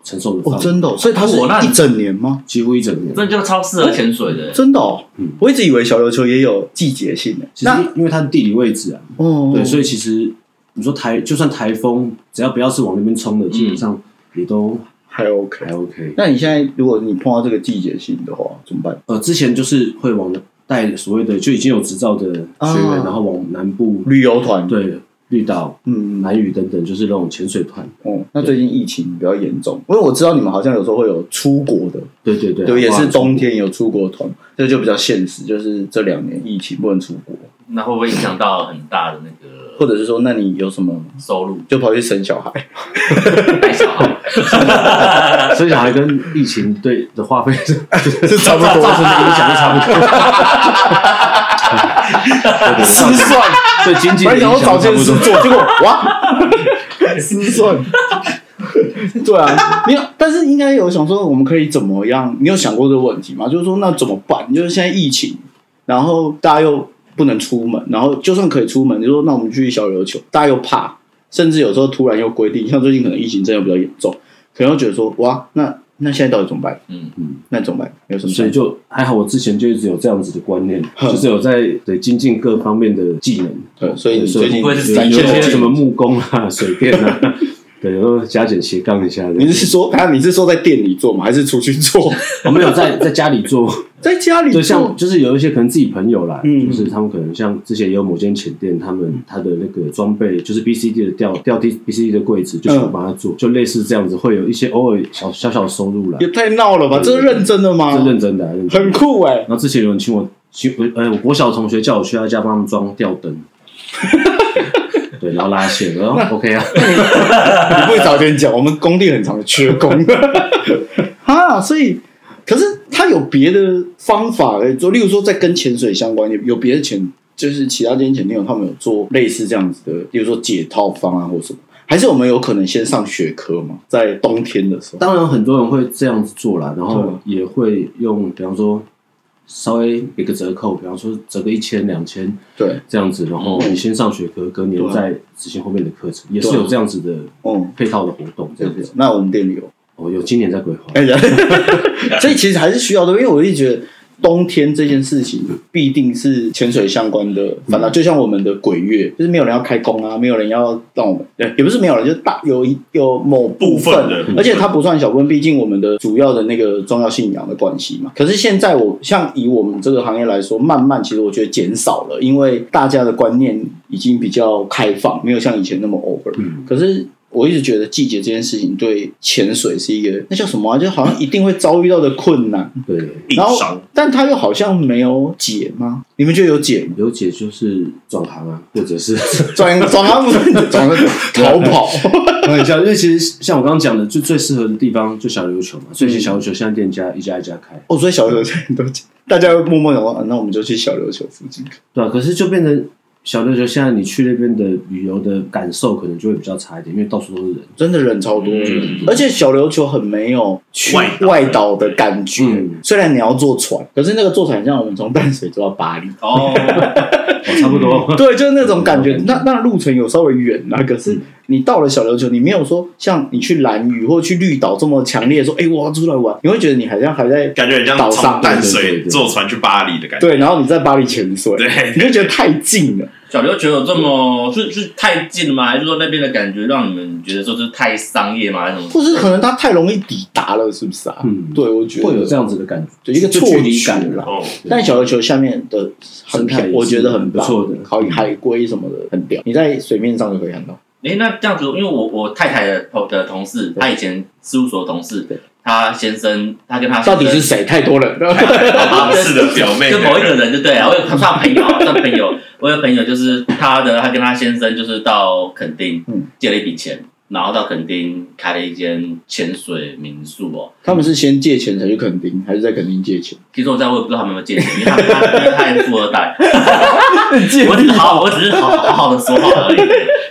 承受的范哦，围，真的哦、所以它是我那一整年吗？几乎一整年。这就超适合潜水的，真的、哦嗯，我一直以为小琉球也有季节性的。其实那因为它的地理位置啊，哦，对，所以以其实你说台就算台风，只要不要是往那边冲的，基本嗯上也都还 OK 还。OK。那你现在如果你碰到这个季节性的话，怎么办？呃，之前就是会往带所谓的就已经有执照的学员，啊然后往南部旅游团，对绿岛、嗯，嗯南屿等等，就是那种潜水团。哦，那最近疫情比较严重，因为我知道你们好像有时候会有出国的，对对对，啊对，也是哇冬天有出国团，这就比较现实，就是这两年疫情不能出国，那会不会影响到很大的那个或者是说，那你有什么收 *laughs* 入？就跑去生小孩？哎带小孩， *laughs* 所以小孩跟疫情对的花费是 *laughs* 是差不多，是影响差不多，失算，对经济的本来影响想要差找件不事多。做，结果哇，失算。 *laughs* 对啊，没有，但是应该有想说我们可以怎么样？你有想过这个问题吗？就是说那怎么办？就是现在疫情，然后大家又不能出门，然后就算可以出门，就说那我们去小琉球，大家又怕，甚至有时候突然又规定，像最近可能疫情真的比较严重，可能又觉得说哇，那那现在到底怎么办？嗯嗯，那怎么办？有什么所想以法？就还好，我之前就一直有这样子的观念，就是有在对精进各方面的技能。对所以你所以最近不会是展有现一了些技什么木工啊、 *laughs* 水电啊，对，然后加减斜杠一下的。你是说，啊，你是说在店里做吗？还是出去做？我没有在在家里做，在家里就做？像就是有一些可能自己朋友啦，嗯就是他们可能像之前也有某间前店，他们他的那个装备就是 BCD 的吊吊地 BCD 的柜子，就是我嗯帮他做，就类似这样子，会有一些偶尔小小小的收入啦也，太闹了吧！这是认真的吗？是认真的啊、认真的很酷哎、然后之前有人请我，请我，呃，我国小的同学叫我去他家帮他们装吊灯，对，然后拉线，然后 OK 啊，你不会早点讲，我们工地很常缺 *laughs* 工啊，所以可是他有别的方法来做，例如说在跟潜水相关，有有别的潜，就是其他间潜店有他们有做类似这样子的，比如说解套方案或什么，还是我们有可能先上学科嘛，在冬天的时候，当然很多人会这样子做啦，然啊后也会用，比方说稍微给个折扣，比方说折个一千、两千对，这样子，然后嗯你先上学科，隔年对啊再执行后面的课程，也是对啊有这样子的嗯，配套的活动，这对样对子。，那我们店里有。哦，有今年在规划，哎呀， *laughs* 所以其实还是需要的，因为我一直觉得冬天这件事情必定是潜水相关的烦恼，就像我们的鬼月，就是没有人要开工啊，没有人要让我们，呃也不是没有人，就是大有一有某部分嗯部分的而且它不算小部分，毕竟我们的主要的那个宗教信仰的关系嘛。可是现在我像以我们这个行业来说，慢慢其实我觉得减少了，因为大家的观念已经比较开放，没有像以前那么 over。嗯可是我一直觉得季节这件事情对潜水是一个那叫什么、啊，就好像一定会遭遇到的困难，对，硬然后伤，但它又好像没有解吗？你们觉得有解 *laughs* 吗？刘姐就是转行啊，或者是转转行不是转个逃跑， *laughs* 很像，因为其实像我刚刚讲的，就最适合的地方就小琉球嘛，嗯所以其实小琉球现在店家一家一家开，哦，所以小琉球都大家会默默想说、啊，那我们就去小琉球附近。对啊，可是就变成小琉球现在你去那边的旅游的感受可能就会比较差一点，因为到处都是人。真的人超多，嗯而且小琉球很没有去外岛外岛的感觉。嗯虽然你要坐船，可是那个坐船像我们从淡水坐到巴黎， *laughs* 哦，哦，差不 *laughs* 多。对，就是那种感觉嗯。那那路程有稍微远啊，可是嗯你到了小琉球，你没有说像你去蓝屿或去绿岛这么强烈地说，哎、我要出来玩，你会觉得你好像还在感觉很像岛从上淡对对水对对坐船去巴黎的感觉。对，然后你在巴黎潜水，对，你会觉得太近了。小琉球有这么是是太近了吗？还是说那边的感觉让你们觉得说是太商业吗？还是什么？或是可能它太容易抵达了，是不是啊？嗯对，我觉得会有这样子的感觉，对一个就错距离觉啊感啦。哦，但小琉球下面的很生态漂也是我觉得很很不棒错的还有海龟什么的很屌，你在水面上就可以看到。哎、那这样子，因为我我太太的同的同事，她以前事务所的同事对，她先生，她跟她到底先是生谁？太多人了。 *laughs* 巴士的表妹，跟某一个人就对了，我有算朋友啊，算朋友。我有朋友就是他的，他跟他先生就是到垦丁嗯借了一笔钱，然后到垦丁开了一间潜水民宿哦。他们是先借钱才去垦丁，还是在垦丁借钱？其实我在我也不知道他们有没有借钱，因为他他因为他也是富二代，我只是好我只是好好好的说话而已，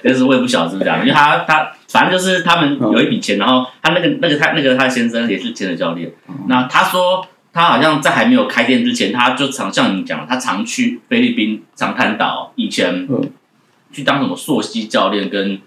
但是我也不晓得是不是这样，因为他他反正就是他们有一笔钱，然后他那个那个他那个他先生也是潜水教练，那他说。他好像在还没有开店之前，他就常像你讲的，他常去菲律宾长滩岛，以前嗯去当什么溯溪教练跟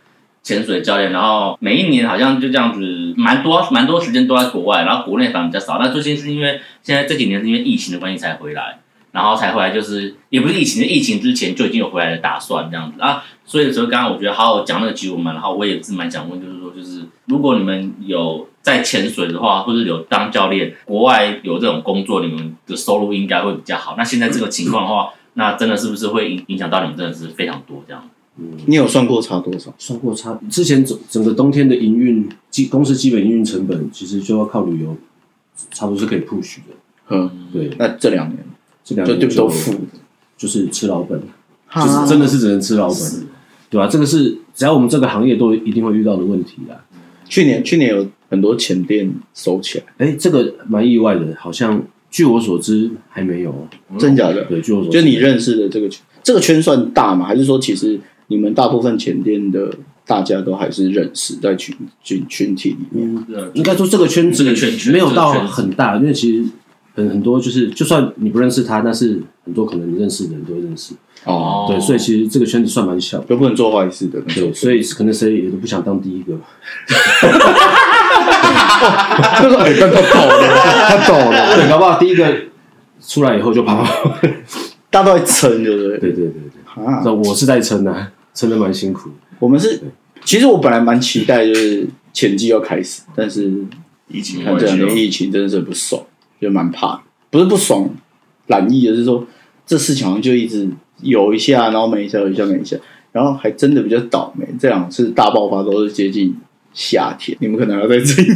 潜水教练，然后每一年好像就这样子，蛮多蛮多时间都在国外，然后国内反而比较少。那最近是因为现在这几年是因为疫情的关系才回来，然后才回来就是也不是疫情，是疫情之前就已经有回来的打算这样子啊。所以所以刚刚我觉得好好讲那个吉我们，然后我也是蛮想问，就是说就是如果你们有在潜水的话，或者有当教练，国外有这种工作，你们的收入应该会比较好。那现在这个情况的话，那真的是不是会影影响到你们真的是非常多这样？你有算过差多少？算过差。之前整整个冬天的营运基公司基本营运成本，其实就要靠旅游，差不多是可以 push 的。嗯，对，那这两年这两就年对不都就付，就是吃老本，好就是啊真的是只能吃老本，对吧、这个是只要我们这个行业都一定会遇到的问题啦。去年去年有很多前店收起来，哎，这个蛮意外的，好像据我所知还没有哦。真假的？对，据我所知，就你认识的这个圈，这个圈算大吗？还是说其实你们大部分前店的大家都还是认识在群群群体里面？应该说这个圈子这个圈子没有到这个圈子很大，因为其实很很多就是，就算你不认识他，但是很多可能你认识的人都会认识。哦，对，所以其实这个圈子算蛮小的。就不能做坏事的那种对，。所以可能谁也都不想当第一个吧。他说：“ *laughs* 哎，他懂了，他懂了，对，搞不好第一个出来以后就啪啪啪。大家都在撑，对不对？” *laughs* 对对对对，啊那，我是在撑啊，撑的蛮辛苦。我们是，其实我本来蛮期待，就是前季要开始，但是疫情看关这系两年哦，疫情真的是不爽，就蛮怕，不是不爽，懒意，而是说这事情好像就一直有一下，然后没一下，有一下没一下，然后还真的比较倒霉，这两次大爆发都是接近夏天，你们可能还要再撑一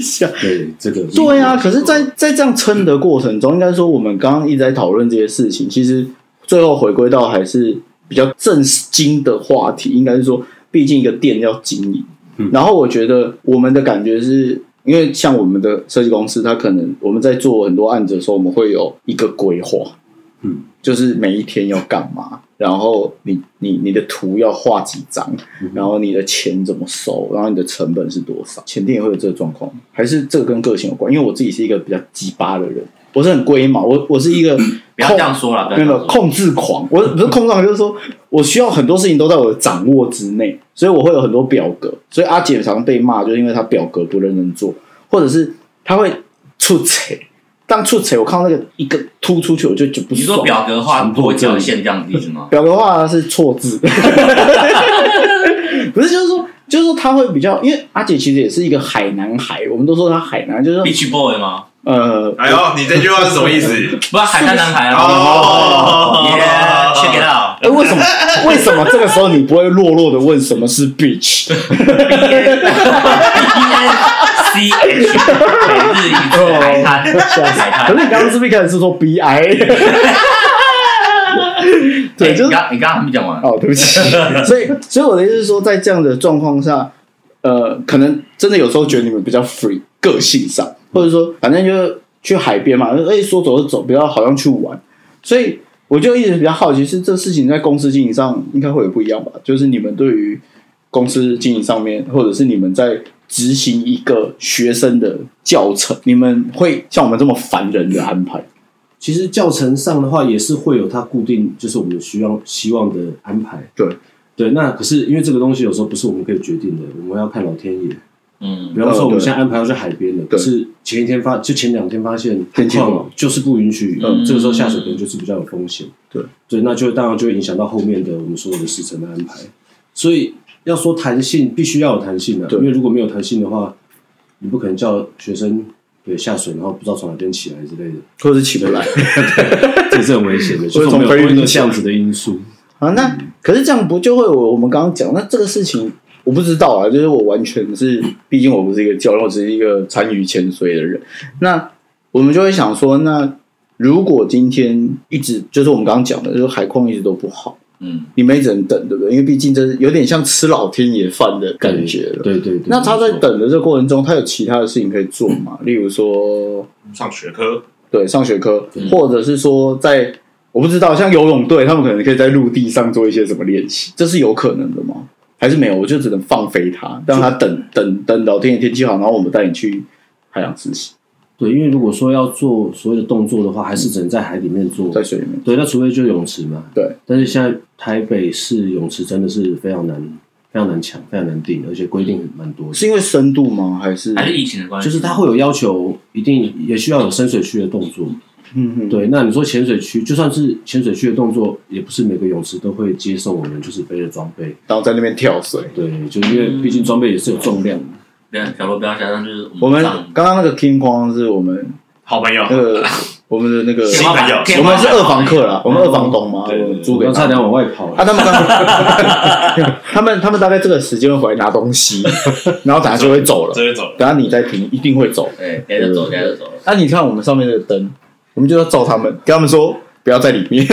下。对，这个对啊，可是在，在这样撑的过程中，应该说我们刚刚一直在讨论这些事情，其实最后回归到还是比较正经的话题，应该是说，毕竟一个店要经营。然后我觉得我们的感觉是。因为像我们的设计公司，它可能我们在做很多案子的时候，我们会有一个规划，嗯，就是每一天要干嘛，然后你你你的图要画几张，嗯然后你的钱怎么收，然后你的成本是多少，前店也会有这个状况吗，还是这个跟个性有关？因为我自己是一个比较鸡巴的人，我是很龟毛，我我是一个 *coughs* 不要这样说嗯了，不要这没有样没说有控制狂，我不是控制狂，就是说我需要很多事情都在我的掌握之内，所以我会有很多表格。所以阿姐常被骂，就是因为她表格不认真做，或者是她会出彩。当出彩，我看到那个一个突出去，我就就不你爽。说表格化强迫多症角线这样子意思吗？表格化是错字， *laughs* 不是就是说就是说他会比较，因为阿姐其实也是一个海南海，我们都说她海南，就是说 Beach Boy 吗？呃哎呦，你这句话是什么意思？不是海滩男孩哦哦，Yeah，check it out。哎，为什么 *laughs* 为什么这个时候你不会落落的问什么是 beach？ C H 每日一次海滩，哦海可滩。是你刚刚是不是一开始是说 B I？对，哎就你是刚你刚刚还没讲完，啊哦，对不起。所以，所以我的意思是说，在这样的状况下，呃，可能真的有时候觉得你们比较 free，个性上，或者说反正就是去海边嘛，哎，说走就走，不要好像去玩。所以我就一直比较好奇，是这事情在公司经营上应该会有不一样吧？就是你们对于公司经营上面，或者是你们在执行一个学生的教程，你们会像我们这么烦人的安排？其实教程上的话，也是会有它固定，就是我们需要希望的安排。对对，那可是因为这个东西有时候不是我们可以决定的，我们要看老天爷。嗯比方说，我哦对们现在安排要去海边的，可对是前一天发，就前两天发现天气不好况就是不允许，呃嗯这个时候下水可能就是比较有风险。对对，那就当然就会影响到后面的我们所有的时程的安排。所以要说弹性，必须要有弹性的、对因为如果没有弹性的话，你不可能叫学生对下水，然后不知道从哪边起来之类的。或者是起不来 *laughs* 这是很危险的，所就以是我们从有菲律一宾个这样子的因素。啊？那可是这样不就会我我们刚刚讲，那这个事情我不知道啊，就是我完全是，毕竟我不是一个教练，我只是一个参与潜水的人。那我们就会想说，那如果今天一直就是我们刚刚讲的，就是海况一直都不好。嗯，你们一直很等，对不对？因为毕竟这是有点像吃老天爷饭的感觉了。对对对。那他在没错等的这个过程中，他有其他的事情可以做嘛？例如说，上学科，对，上学科，嗯或者是说在我不知道，像游泳队，他们可能可以在陆地上做一些什么练习，这是有可能的吗？还是没有？我就只能放飞他，让他等嗯等等老天爷天气好，然后我们带你去海洋实习，对，因为如果说要做所谓的动作的话，还是只能在海里面嗯做。在水里面。对，那除非就是泳池嘛。对，但是现在台北市泳池真的是非常难、非常难抢、非常难定，而且规定蛮多的。是因为深度吗？还是还哎是疫情嗯的关系，就是它会有要求，一定也需要有深水区的动作。嗯嗯，对，那你说潜水区，就算是潜水区的动作，也不是每个泳池都会接受我们就是背的装备。然后在那边跳水。对，就因为毕竟装备也是有重量的。嗯不要小罗不要下，但就是我们嗯上刚刚那个 King 框是我们好朋友，那 *laughs* 个我们的那个新天花朋友板，我天花们板是二房客啦，我们二房东嘛，对对对租我给刚差他。点往外跑了。啊，他们刚，他们他们大概这个时间会回来拿东 *laughs* 西，然后等下就会走了这。边走了，等下你再停，一定会走。对，该着哎走，该着走。那、你看我们上面的灯，我们就要照他们，跟他们说不要在里面，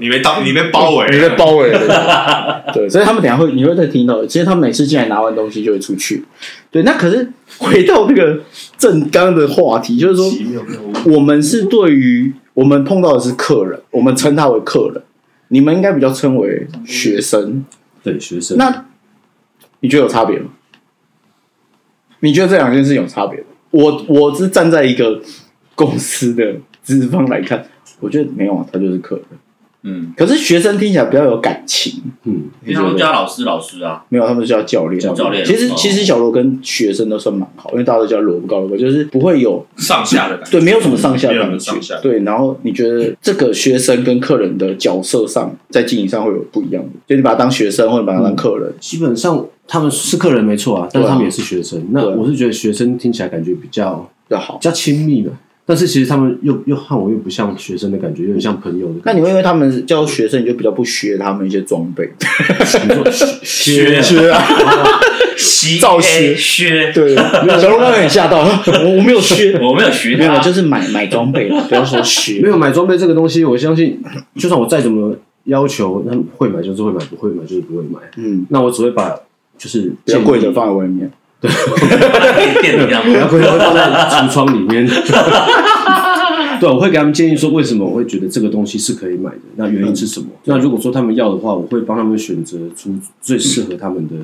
你被当，你被包围， *laughs* 你被包 *laughs* 围了。对，所以他们等下会，你会再听到。其实他们每次进来拿完东西就会出去。对，那可是回到那个正刚的话题，就是说，奇妙妙屋我们是对于我们碰到的是客人，我们称他为客人，你们应该比较称为学生。对，学生。那你觉得有差别吗？你觉得这两件事有差别吗？我我是站在一个公司的资方来看，我觉得没有啊，他就是客人。嗯，可是学生听起来比较有感情，嗯，因为他们叫老师，老师啊，没有，他们叫教练。教练其实哦其实小罗跟学生都算蛮好，因为大家都叫萝卜高萝卜，就是不会有上下的感觉，对，没有什么上下嗯没有什感么觉上下。对，然后你觉得这个学生跟客人的角色上，在经营上会有不一样的？就你把他当学生，或者把他当客人，基本上他们是客人没错啊，但是他们也是学生。那对啊我是觉得学生听起来感觉比较比较好比。较亲密嘛，但是其实他们又又和我又不像学生的感觉，有点像朋友的那感觉。你会因为他们教学生，你就比较不学他们一些装 *laughs* 备，你说学学学啊，吸造哎血靴，对，小龙刚刚也吓到，我我没有学，我没有学没有，他，就是买买装备了，不要说 *laughs* 没学，有买装备这个东西，我相信就算我再怎么要求，那会买就是会买，不会买就是不会买。嗯，那我只会把就是比较贵的放，放在外面。是电这样 *laughs* 比较贵的会放在橱窗里面。对，我会给他们建议说，为什么我会觉得这个东西是可以买的？那原因是什么？那如果说他们要的话，我会帮他们选择出最适合他们的、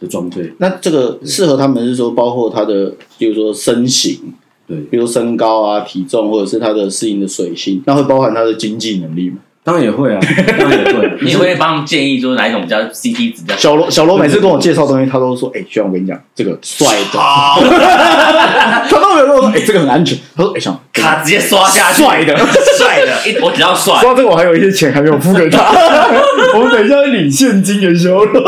的装备。那这个适合他们是说，包括他的，比如说身形，对，比如说身高啊、体重，或者是他的适应的水性，那会包含他的经济能力吗？当然也会啊，当然也会、啊。你也会帮他们建议，就是哪一种比较 CP 值比较小罗小罗每次跟我介绍东西，他都说：“哎、学长，我跟你讲，这个帅的。” *laughs* 他都没有跟我说：“哎、这个很安全。”他说：“哎、小学长，卡，直接刷下去， *laughs* 帅的帅的，一我只要帅，说到这个，我还有一些钱还没有付给他， *laughs* 我们等一下会领现金给小 *laughs* 罗。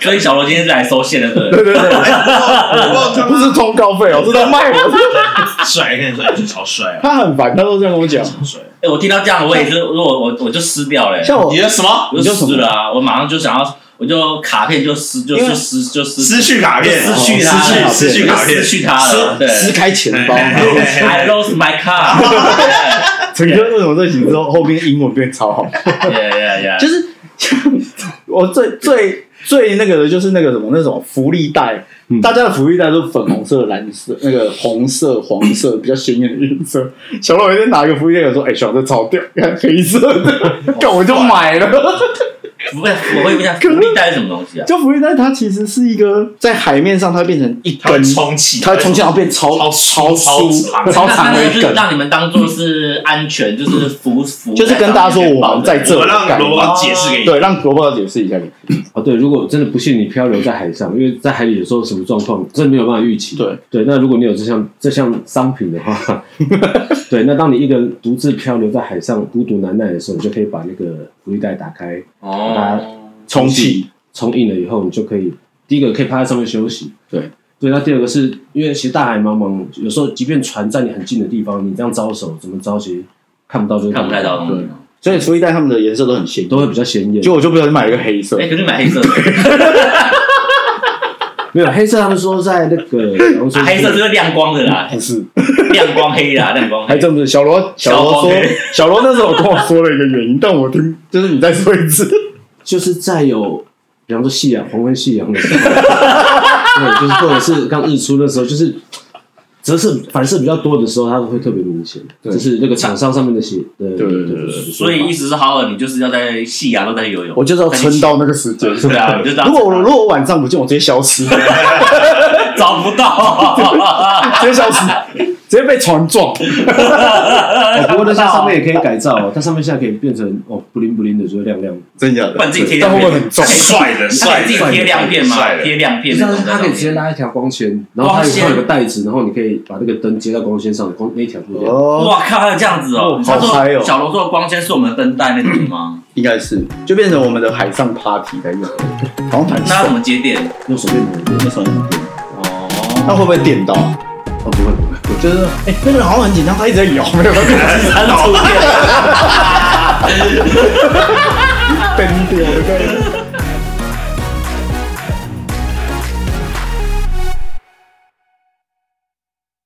所以小罗今天是来收线的，对不对对？对对，哇，不是通告费哦，是在卖 *laughs* 我。帅，跟你说，你超帅啊，他很烦，他都这样跟我讲。超帅。哎，我听到这样，我也是，如果我我就撕掉了，欸像我你，的什么我你就就什么撕了啊，我马上就想要，我就卡片就撕，就因为就撕就撕失去卡片？失去他失了，哦去失去卡失片，去他了，对。撕开钱 *laughs* 包， *laughs* I lost my car。陈哥为什么这几 *laughs* 之后后面英文变超好？ Yeah yeah yeah。就是 *laughs* 我最最最那个的就是那个什么，那种福利带，嗯大家的福利带都是粉红色、蓝色、那个红色、黄色比较鲜艳的颜色。小老有一天拿一个福利带说：“哎、小这超屌，看黑色 *laughs* 的，干我就买了。不会，我会问一下福利袋是什么东西啊”？就福利带它其实是一个在海面上，它会变成一它根会，充气，它会充气，然后变超超超超粗、长超那长那的一就根是，让你们当做是安全，就是服服， *laughs* 就是跟大家说我们在这我里让干萝卜嘛。糕解释给你。对，让萝卜解释一下给你。啊，对，如果真的不幸你漂流在海上，因为在海里有时候什么状况真的没有办法预期。对对，那如果你有这项这项商品的话，对，那当你一个人独自漂流在海上孤独难耐的时候，你就可以把那个福利袋打开，哦，充气，冲印了以后，你就可以第一个可以趴在上面休息。对对，那第二个是因为其实大海茫茫，有时候即便船在你很近的地方，你这样招手怎么招其实看不到，就是看不太到东对西。所以福利带它们的颜色都很鲜艳。都会比较显眼。就我就不小心买了一个黑色哎，，可是买黑色 *laughs* 的，没有黑色，他们说在那个，然后说啊黑色就是亮光的 *laughs* 啦，不是，亮光黑啦，亮光黑。还哎真不是。小罗，小小罗罗哎说黑，小罗那时候跟我说了一个原因，但我听就是你再说一次，就是在有，比方说夕阳、黄昏、夕阳的时候，对，就是或者是刚日出的时候，就是折射反射比较多的时候，它会特别明显。对就是那个厂商上面的写，对对对对对所以意思是好尔，你就是要在夕阳都在游泳， *laughs* 我就是要撑到那个时间。对 *laughs* 啊，我就这样如果我如果我晚上不见，我直接消 *laughs* 失，直 *laughs* 找不到，接消失，直接被船撞。哦不过那在上面也可以改造哦，它上面现在可以变成哦，布灵布灵的，就是亮亮的。真假的？换自己贴但亮会不会片很，重？帅的，他可帅以自己的贴亮片帅吗？的贴亮片那种但是在它可以上直接面。拉一条光纤，然后它光有纤它有个带子，然后你可以把那个灯接到光纤上，光那一条布帘。哦，哇靠，还有这样子哦！哇他好嗨说哦小罗做的光纤是我们的灯带那种 *laughs* 吗？应该是，就变成我们的海上 party 在用，好像蛮那要怎爽。么接电？用手电筒。那时候哦，那会不会电到啊？哦，不会不会。我就是，哎，那个人好像很紧张，他一直在 *laughs* 摇，没有很 *laughs* 出电。灯掉的概念。